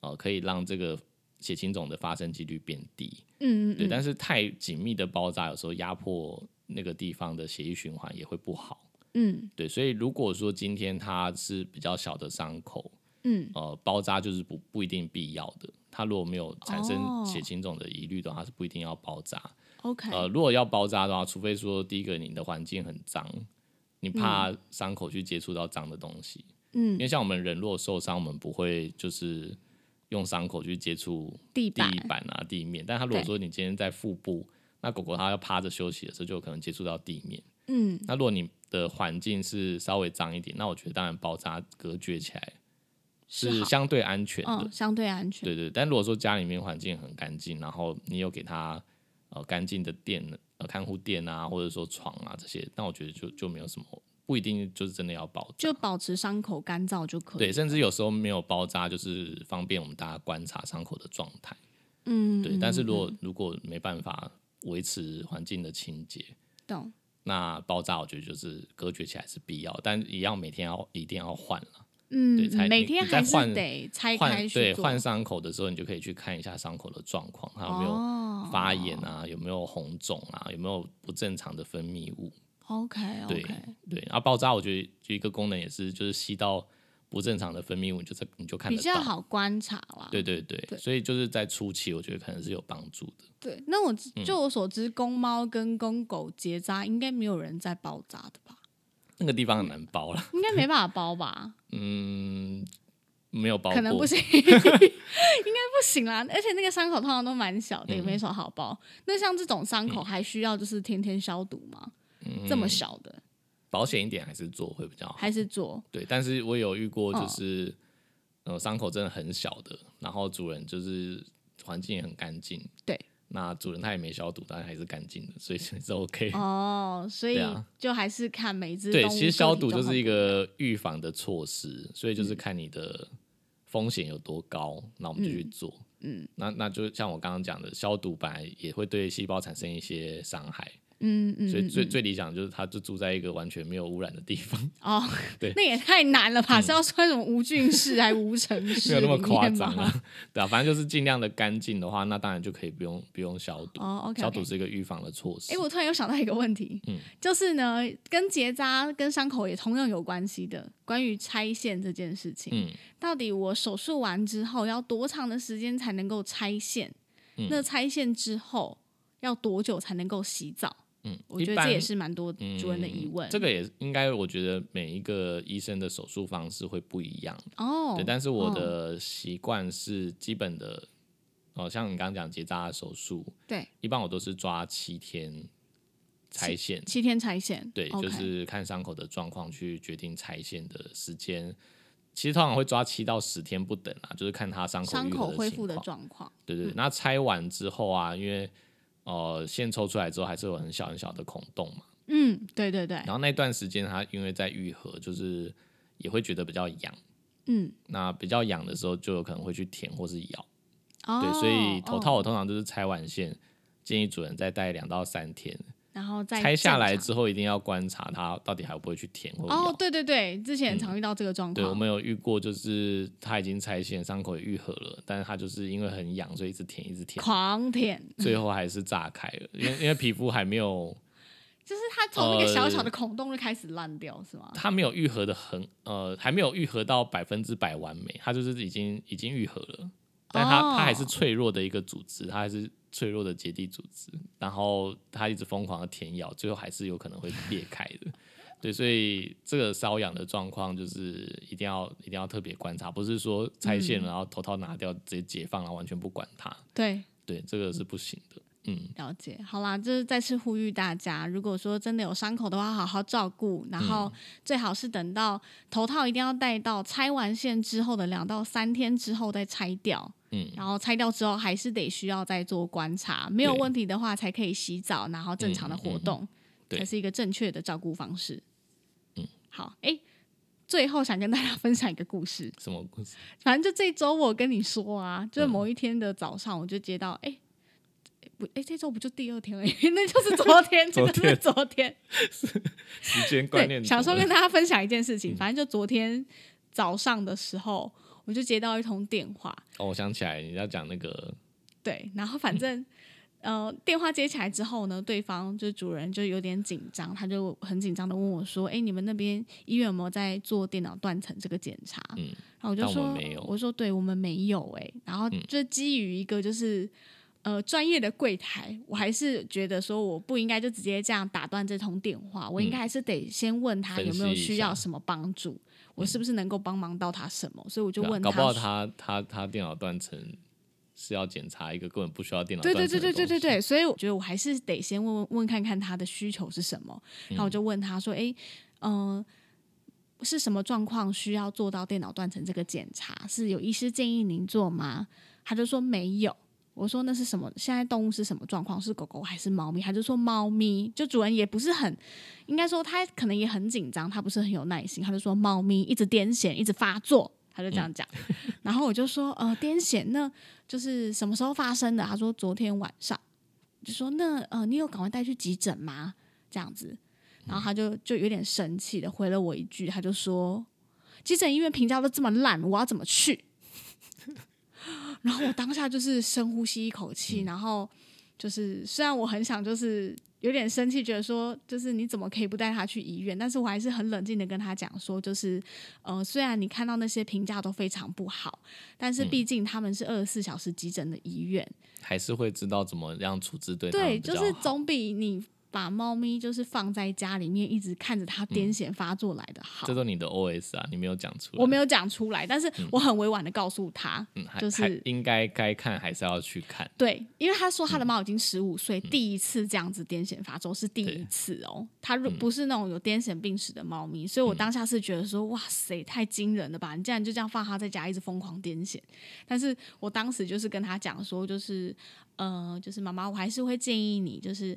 Speaker 2: 呃，可以让这个血清肿的发生几率变低。
Speaker 1: 嗯嗯
Speaker 2: 对，
Speaker 1: 嗯，
Speaker 2: 但是太紧密的包扎，有时候压迫那个地方的血液循环也会不好。
Speaker 1: 嗯
Speaker 2: 对，所以如果说今天它是比较小的伤口，
Speaker 1: 嗯，
Speaker 2: 呃，包扎就是不不一定必要的。它如果没有产
Speaker 1: 哦
Speaker 2: 生血清肿的疑虑的话，它是不一定要包扎。
Speaker 1: OK，
Speaker 2: 呃，如果要包扎的话，除非说第一个你的环境很脏，你怕伤口去接触到脏的东西，因
Speaker 1: 嗯，
Speaker 2: 为像我们人如果受伤，我们不会就是用伤口去接触
Speaker 1: 地板
Speaker 2: 地板啊、地面。但它如果说你今天在腹部，那狗狗它要趴着休息的时候，就有可能接触到地面。
Speaker 1: 嗯，
Speaker 2: 那如果你的环境是稍微脏一点，那我觉得当然包扎隔绝起来
Speaker 1: 是
Speaker 2: 是
Speaker 1: 好
Speaker 2: 相对安全的。
Speaker 1: 嗯，相对安全，
Speaker 2: 对对，但如果说家里面环境很干净，然后你有给它呃干净的垫呃看护垫啊，或者说床啊这些，那我觉得就就没有什么，不一定就是真的要包扎。
Speaker 1: 就保持伤口干燥就可以。啊
Speaker 2: 对，，甚至有时候没有包扎，就是方便我们大家观察伤口的状态。
Speaker 1: 嗯，
Speaker 2: 对，但是如果
Speaker 1: 嗯嗯
Speaker 2: 如果没办法维持环境的清洁，
Speaker 1: 懂，
Speaker 2: 那包扎我觉得就是隔绝起来是必要，但一样每天要一定要换啦对
Speaker 1: 嗯，嗯
Speaker 2: 才
Speaker 1: 每
Speaker 2: 你
Speaker 1: 天
Speaker 2: 你再
Speaker 1: 还是
Speaker 2: 换
Speaker 1: 得拆开
Speaker 2: 换
Speaker 1: 去
Speaker 2: 对
Speaker 1: 做
Speaker 2: 换伤口的时候，你就可以去看一下伤口的状况，它有没有
Speaker 1: 哦
Speaker 2: 发炎啊，有没有红肿啊，有没有不正常的分泌物？
Speaker 1: ，OK
Speaker 2: [LAUGHS] 对
Speaker 1: OK，
Speaker 2: 对，然后包扎我觉得就一个功能也是，就是吸到不正常的分泌物，你就在你就看
Speaker 1: 比
Speaker 2: 得
Speaker 1: 较
Speaker 2: 到。
Speaker 1: 好观察啦。
Speaker 2: 对对对，
Speaker 1: 对
Speaker 2: 所以就是在初期，我觉得可能是有帮助的。
Speaker 1: 对那我
Speaker 2: 嗯
Speaker 1: 知就我所知，公猫跟公狗结扎应该没有人在包扎的吧？
Speaker 2: 那个地方很难包了，
Speaker 1: 应该没办法包吧？
Speaker 2: 嗯，没 [LAUGHS] 有包过，
Speaker 1: 可能不
Speaker 2: [LAUGHS]
Speaker 1: 行，应该不行啦。而且那个伤口通常都蛮小的，也
Speaker 2: 嗯
Speaker 1: 没什么好包。那像这种伤口还需要就是天天消毒吗？
Speaker 2: 嗯
Speaker 1: 这么小的
Speaker 2: 保险一点还是做会比较好。
Speaker 1: 还是做？
Speaker 2: 对，但是我有遇过，
Speaker 1: 哦
Speaker 2: 就是、呃伤口真的很小的，然后主人就是环境也很干净，
Speaker 1: 对，
Speaker 2: 那主人他也没消毒，但还是干净的，所以是 [LAUGHS] OK。
Speaker 1: 哦，所以
Speaker 2: 对啊
Speaker 1: 就还是看每只
Speaker 2: 对，
Speaker 1: 动物
Speaker 2: 其实消毒
Speaker 1: 个体
Speaker 2: 就
Speaker 1: 状况
Speaker 2: 是一个预防的措施，所以
Speaker 1: 嗯
Speaker 2: 就是看你的风险有多高，那我们就去做。
Speaker 1: 嗯，
Speaker 2: 那那就像我刚刚讲的，消毒本来也会对细胞产生一些伤害，
Speaker 1: 嗯嗯，
Speaker 2: 所以
Speaker 1: 嗯
Speaker 2: 最最理想就是它就住在一个完全没有污染的地方，
Speaker 1: 哦
Speaker 2: 对，
Speaker 1: [LAUGHS] 那也太难了吧？是要说什么无菌室还无尘室？
Speaker 2: 嗯没有那么夸张啊。 [LAUGHS] 对啊，反正就是尽量的干净的话，那当然就可以不用不用消毒。
Speaker 1: 哦，OK，
Speaker 2: [LAUGHS] 消毒是一个预防的措施。
Speaker 1: 哎、我突然又想到一个问题，
Speaker 2: 嗯
Speaker 1: 就是呢，跟结扎、跟伤口也同样有关系的，关于拆线这件事情，
Speaker 2: 嗯，
Speaker 1: 到底我手术完之后要多长的时间才能够拆线？
Speaker 2: 嗯
Speaker 1: 那拆线之后要多久才能够洗澡？
Speaker 2: 嗯，
Speaker 1: 我觉
Speaker 2: 一
Speaker 1: 得
Speaker 2: 般
Speaker 1: 这也是蛮多主人的疑
Speaker 2: 嗯
Speaker 1: 问。
Speaker 2: 这个也应该，我觉得每一个医生的手术方式会不一样。
Speaker 1: 哦
Speaker 2: 对，，但是我
Speaker 1: 哦
Speaker 2: 的习惯是基本的，哦，像你刚刚讲结扎的手术，
Speaker 1: 对，
Speaker 2: 一般我都是抓七天拆线，
Speaker 1: 七天拆线，
Speaker 2: 对
Speaker 1: o k
Speaker 2: 就是看伤口的状况去决定拆线的时间。其实通常会抓七到十天不等啊，就是看他伤口
Speaker 1: 伤
Speaker 2: 愈合
Speaker 1: 口恢
Speaker 2: 情
Speaker 1: 复的
Speaker 2: 况
Speaker 1: 状况。
Speaker 2: 对对，对那拆完之后啊，因为呃线抽出来之后还是有很小很小的孔洞嘛，
Speaker 1: 嗯，对对对
Speaker 2: 然，后那段时间它因为在愈合，就是也会觉得比较痒。
Speaker 1: 嗯，
Speaker 2: 那比较痒的时候，就有可能会去舔或是咬。
Speaker 1: 哦，
Speaker 2: 对，所以头套
Speaker 1: 哦
Speaker 2: 我通常就是拆完线，建议主人再戴两到三天。
Speaker 1: 然后再
Speaker 2: 拆下来
Speaker 1: 正常
Speaker 2: 之后，一定要观察它到底还会不会去舔或咬。嗯
Speaker 1: 哦，对对对，之前常遇到这个状
Speaker 2: 对，我
Speaker 1: 况，
Speaker 2: 们有遇过，就是它已经拆线，伤口也愈合了，但是它就是因为很痒，所以一直舔，一直舔，
Speaker 1: 狂舔，
Speaker 2: 最后还是炸开了，因为因为皮肤还没有，
Speaker 1: 就是它从那个小小
Speaker 2: 呃
Speaker 1: 的孔洞就开始烂掉，是吗？哦
Speaker 2: 它没有愈合的很，呃，还没有愈合到百分之百完美，它就是已经已经愈合了，但它、
Speaker 1: 哦
Speaker 2: 它还是脆弱的一个组织，它还是脆弱的结缔组织，然后它一直疯狂的舔咬，最后还是有可能会裂开的。对，所以这个瘙痒的状况就是一定要一定要特别观察，不是说拆线
Speaker 1: 嗯
Speaker 2: 了然后头套拿掉直接解放，然后完全不管它。
Speaker 1: 对，
Speaker 2: 对，这个是不行的。嗯，
Speaker 1: 了解。好啦，就是再次呼吁大家，如果说真的有伤口的话，好好照顾，然
Speaker 2: 嗯
Speaker 1: 后最好是等到头套一定要戴到拆完线之后的两到三天之后再拆掉。
Speaker 2: 嗯
Speaker 1: 然后拆掉之后还是得需要再做观察，没有
Speaker 2: 对嗯
Speaker 1: 问题的话才可以洗澡，然后正常的活动，
Speaker 2: 对
Speaker 1: 才是一个正确的照顾方式。嗯，好，哎，最后想跟大家 [LAUGHS] 分享一个故事，
Speaker 2: 什么故事？
Speaker 1: 反正就这周我跟你说啊，就是
Speaker 2: 嗯
Speaker 1: 某一天的早上，我就接到哎、不哎、这周不就第二天了， [LAUGHS] 那就是昨天，这个
Speaker 2: 昨天
Speaker 1: 是昨天。
Speaker 2: 时间观念
Speaker 1: 对，
Speaker 2: 怎么了？
Speaker 1: 想
Speaker 2: 嗯
Speaker 1: 说跟大家分享一件事情，反正就昨天早上的时候，我就接到一通电话，
Speaker 2: 哦，我想起来，你要讲那个
Speaker 1: 对，然后
Speaker 2: 嗯
Speaker 1: 反正、呃，电话接起来之后呢，对方就是主人就有点紧张，他就很紧张的问我说：“哎，你们那边医院有没有在做电脑断层这个检查？”
Speaker 2: 嗯
Speaker 1: 然后我就
Speaker 2: 但我
Speaker 1: 说
Speaker 2: 们没有：“嗯
Speaker 1: 我说对我们没有哎、然后就基于一个就是。呃，专业的柜台，我还是觉得说我不应该就直接这样打断这通电话，我应该还是得先问他
Speaker 2: 嗯分
Speaker 1: 有没有
Speaker 2: 析一
Speaker 1: 需要
Speaker 2: 下嗯
Speaker 1: 什么帮助，我是不是能够帮忙到他什么，所以我就
Speaker 2: 对啊
Speaker 1: 问
Speaker 2: 搞不好
Speaker 1: 说
Speaker 2: 他他他电脑断层是要检查一个根本不需要电脑
Speaker 1: 对
Speaker 2: 断
Speaker 1: 对
Speaker 2: 层
Speaker 1: 对
Speaker 2: 的
Speaker 1: 对对对
Speaker 2: 东西，
Speaker 1: 对，所以我觉得我还是得先问问问看看他的需求是什么，然后我就问他说：“诶，嗯、是什么状况需要做到电脑断层这个检查？是有医师建议您做吗？”他就说没有。我说那是什么？现在动物是什么状况？是狗狗还是猫咪？他就说猫咪，就主人也不是很，应该说他可能也很紧张，他不是很有耐心，他就说猫咪一直癫痫，一直发作，他就这
Speaker 2: 嗯
Speaker 1: 样讲。然后我就说呃，癫痫那就是什么时候发生的？他说昨天晚上。我就说那呃，你有赶快带去急诊吗？这样子，然后他就就有点生气的回了我一句，他就说急诊医院评价都这么烂，我要怎么去？ [LAUGHS] 然后我当下就是深呼吸一口气，然后就是虽然我很想就是有点生气，觉得说就是你怎么可以不带他去医院？但是我还是很冷静的跟他讲说，就是呃，虽然你看到那些评价都非常不好，但
Speaker 2: 嗯
Speaker 1: 是毕竟他们是二十四小时急诊的医院，
Speaker 2: 还是会知道怎么样处置对他
Speaker 1: 对，
Speaker 2: 们比
Speaker 1: 就
Speaker 2: 较
Speaker 1: 是
Speaker 2: 好
Speaker 1: 总比你把猫咪就是放在家里面，一直看着它癫痫发作来的好。
Speaker 2: 嗯这都嗯你的 OS 啊，你没有讲出来。
Speaker 1: 我没有讲出来，但是我很委婉的告诉他，
Speaker 2: 嗯，还
Speaker 1: 就是
Speaker 2: 还应该该看还是要去看。
Speaker 1: 对，因为他说他的猫已经十五岁，第一次这样子癫痫发作是第一
Speaker 2: 对
Speaker 1: 次哦。它如不是那种有癫痫病史的猫咪，所以我当下是觉得说，哇塞，太惊人了吧！你竟然就这样放它在家一直疯狂癫痫。但是我当时就是跟他讲说，就是呃，就是妈妈，我还是会建议你，就是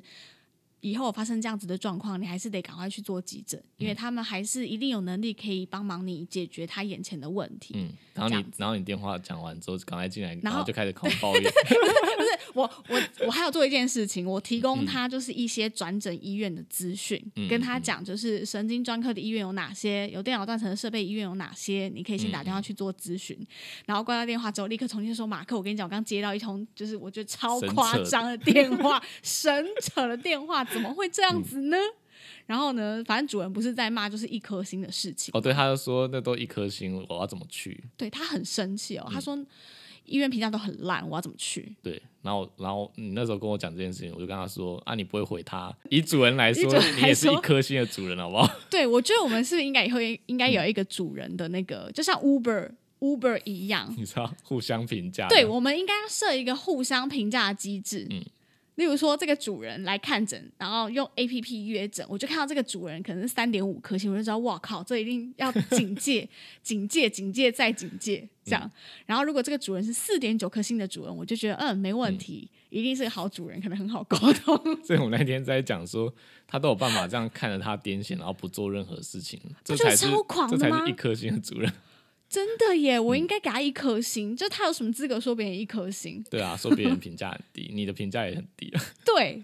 Speaker 1: 以后发生这样子的状况，你还是得赶快去做急诊，因为他们还是一定有能力可以帮忙你解决他眼前的问题。
Speaker 2: 嗯，然后
Speaker 1: 这
Speaker 2: 你
Speaker 1: 样
Speaker 2: 然后你电话讲完之后，赶快进来，
Speaker 1: 然
Speaker 2: 然
Speaker 1: 后
Speaker 2: 后就开始狂
Speaker 1: [LAUGHS]
Speaker 2: 抱怨。
Speaker 1: 我我我还有做一件事情，我提供他就是一些转诊医院的资讯，跟他讲就是神经专科的医院有哪些，有电脑断层的设备医院有哪些，你可以先打电话去做咨询。然后挂掉电话之后，立刻重新说马克，我跟你讲，我刚接到一通就是我觉得超夸张的电话， [LAUGHS] 神扯的电话，怎么会这样子呢？然后呢，反正主人不是在骂，就是一颗星的事情。
Speaker 2: 哦，对，他就说那都一颗星了，我要怎么去？
Speaker 1: 对他很生气哦，他说医院评价都很烂，我要怎么去？
Speaker 2: 对，然后然后你那时候跟我讲这件事情，我就跟他说啊，你不会回他。以主人来
Speaker 1: 以
Speaker 2: 说，
Speaker 1: 主人来
Speaker 2: 你也是一
Speaker 1: 说
Speaker 2: 颗星的主人，好不好？ [LAUGHS]
Speaker 1: 对，我觉得我们是不是应该以后也应该有一个主人的那个，就像 Uber 嗯 Uber 一样，
Speaker 2: 你知道互相评价。
Speaker 1: 对，我们应该要设一个互相评价的机制。例如说，这个主人来看诊，然后用 A P P 约诊，我就看到这个主人可能是三点五颗星，我就知道，哇靠，这一定要警 [LAUGHS] 戒、警戒、警戒再警戒这样。然后如果这个主人是四点九颗星的主人，我就觉得，嗯，没问题，一定是个好主人，可能很好沟通。 [LAUGHS]
Speaker 2: 所以我那天在讲说，他都有办法这样看着他癫痫，然后不做任何事情，这
Speaker 1: 不觉得
Speaker 2: 才是
Speaker 1: 超狂的
Speaker 2: 这才
Speaker 1: 吗
Speaker 2: 是一颗星的主人。
Speaker 1: 真的耶，我应该给他一颗星，就他有什么资格说别人一颗星？
Speaker 2: 对啊，说别人评价很低，你的评价也很低啊。
Speaker 1: 对，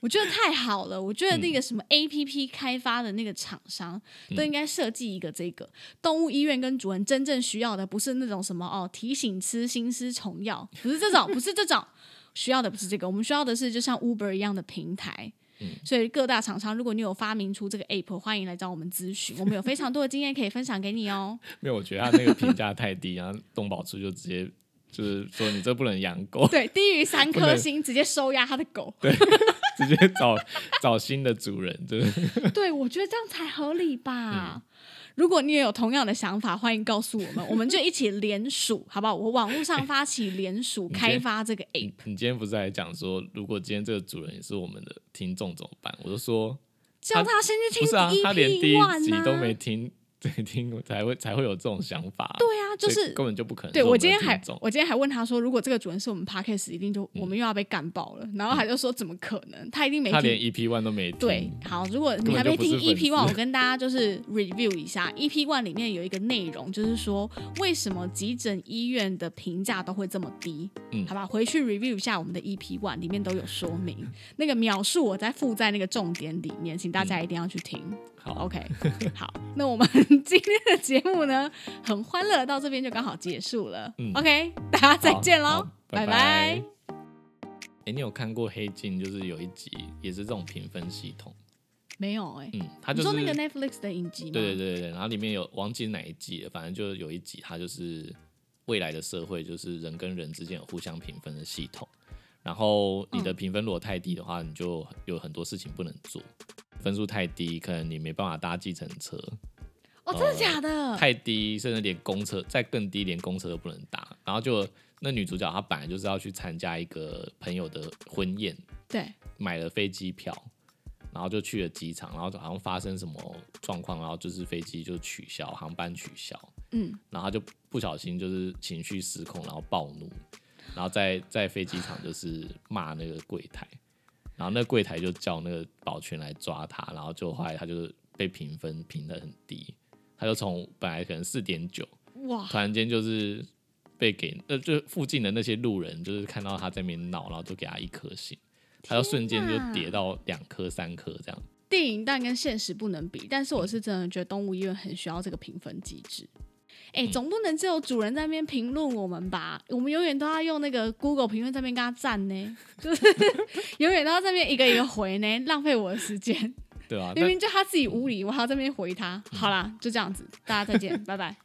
Speaker 1: 我觉得太好了。我觉得那个
Speaker 2: 嗯
Speaker 1: 什么 A P P 开发的那个厂商、都应该设计一个这个动物医院跟主人真正需要的，不是那种什么哦提醒吃新丝虫药，不是这种，不是这种，需要的不是这个，我们需要的是就像 Uber 一样的平台。
Speaker 2: 嗯
Speaker 1: 所以各大厂商，如果你有发明出这个 app，欢迎来找我们咨询，我们有非常多的经验可以分享给你
Speaker 2: [LAUGHS]
Speaker 1: 哦。
Speaker 2: 没有，我觉得他那个评价太低，然后动保处就直接就是说你这不能养狗， [LAUGHS]
Speaker 1: 对，低于三
Speaker 2: 不
Speaker 1: 颗
Speaker 2: 能
Speaker 1: 星直接收押他的狗。
Speaker 2: 直接找找新的主人，对不对？
Speaker 1: 对，我觉得这样才合理
Speaker 2: 嗯
Speaker 1: 吧。如果你也有同样的想法，欢迎告诉我们，我们就一起联署，好不好？我网络上发起联署，
Speaker 2: 今天
Speaker 1: 开发这个哎 app。
Speaker 2: 哎你你今天不是还讲说，如果今天这个主人也是我们的听众怎么办？我就说
Speaker 1: 叫他先去
Speaker 2: 不
Speaker 1: 听
Speaker 2: 是啊
Speaker 1: EP，
Speaker 2: 他连第一
Speaker 1: one
Speaker 2: 集
Speaker 1: 啊
Speaker 2: 都没听，对，听过才会才会有这种想法啊。
Speaker 1: 对啊，就
Speaker 2: 所以
Speaker 1: 是
Speaker 2: 根本就不可能是
Speaker 1: 对
Speaker 2: 我们
Speaker 1: 我
Speaker 2: 的
Speaker 1: 今
Speaker 2: 听
Speaker 1: 天
Speaker 2: 众。
Speaker 1: 还我今天还问他说，如果这个主人是我们 podcast，一定就我们又要被干爆了。然后他就说怎么可能？他一定没
Speaker 2: 嗯他连
Speaker 1: 听。
Speaker 2: EP one 都没听，
Speaker 1: 对，好，如果你
Speaker 2: 嗯根本
Speaker 1: 还没
Speaker 2: 就不是
Speaker 1: 听
Speaker 2: 粉丝
Speaker 1: EP One，我跟大家就是 review 一下 EP One 里面有一个内容，就是说为什么急诊医院的评价都会这么低，
Speaker 2: 嗯
Speaker 1: 好吧，回去 review 一下我们的 EP One 里面都有说明，那个描述我在附在那个重点里面，请大家一定要去听。
Speaker 2: 嗯好， [LAUGHS]
Speaker 1: OK，好，那我们 [LAUGHS] 今天的节目呢，很欢乐，到这边就刚好结束了。
Speaker 2: 嗯
Speaker 1: OK，大家再
Speaker 2: 好
Speaker 1: 见喽
Speaker 2: 好，
Speaker 1: 拜
Speaker 2: 拜
Speaker 1: 拜。
Speaker 2: 哎、你有看过《黑镜》？就是有一集也是这种评分系统，
Speaker 1: 没有哎、
Speaker 2: 嗯，它
Speaker 1: 你
Speaker 2: 就是
Speaker 1: 说那个 Netflix 的影集吗？
Speaker 2: 对对对对，然后里面有忘记哪一集了，反正就有一集，它就是未来的社会，就是人跟人之间有互相评分的系统。然后你的
Speaker 1: 嗯
Speaker 2: 评分如果太低的话，你就有很多事情不能做。分数太低，可能你没办法搭计程车；
Speaker 1: 哦，真的假的？
Speaker 2: 呃太低，甚至连公车，再更低，连公车都不能搭。然后就那女主角她本来就是要去参加一个朋友的婚宴，
Speaker 1: 对，
Speaker 2: 买了飞机票，然后就去了机场，然后好像发生什么状况，然后就是飞机就取消，航班取消，
Speaker 1: 嗯，
Speaker 2: 然后他就不小心就是情绪失控，然后暴怒，然后在在飞机场就是骂那个柜台，然后那个柜台就叫那个保全来抓他，然后就后来他就被评分评的很低，他就从本来可能四点九，
Speaker 1: 哇，
Speaker 2: 突然间就是被给呃，就附近的那些路人就是看到他在那边闹，然后就给他一颗星，他就瞬间就跌到两颗三颗这样。
Speaker 1: 电影但跟现实不能比，但是我是真的觉得动物医院很需要这个评分机制。哎、总不能只有主人在那边评论我们吧？我们永远都要用那个 Google 评论在那边跟他赞呢，就是 [LAUGHS] 永远都要在那边一个一个回呢，浪费我的时间。
Speaker 2: 对啊，
Speaker 1: 明明就他自己无理，我还要在那边回他。好啦，就这样子，大家再见，拜拜。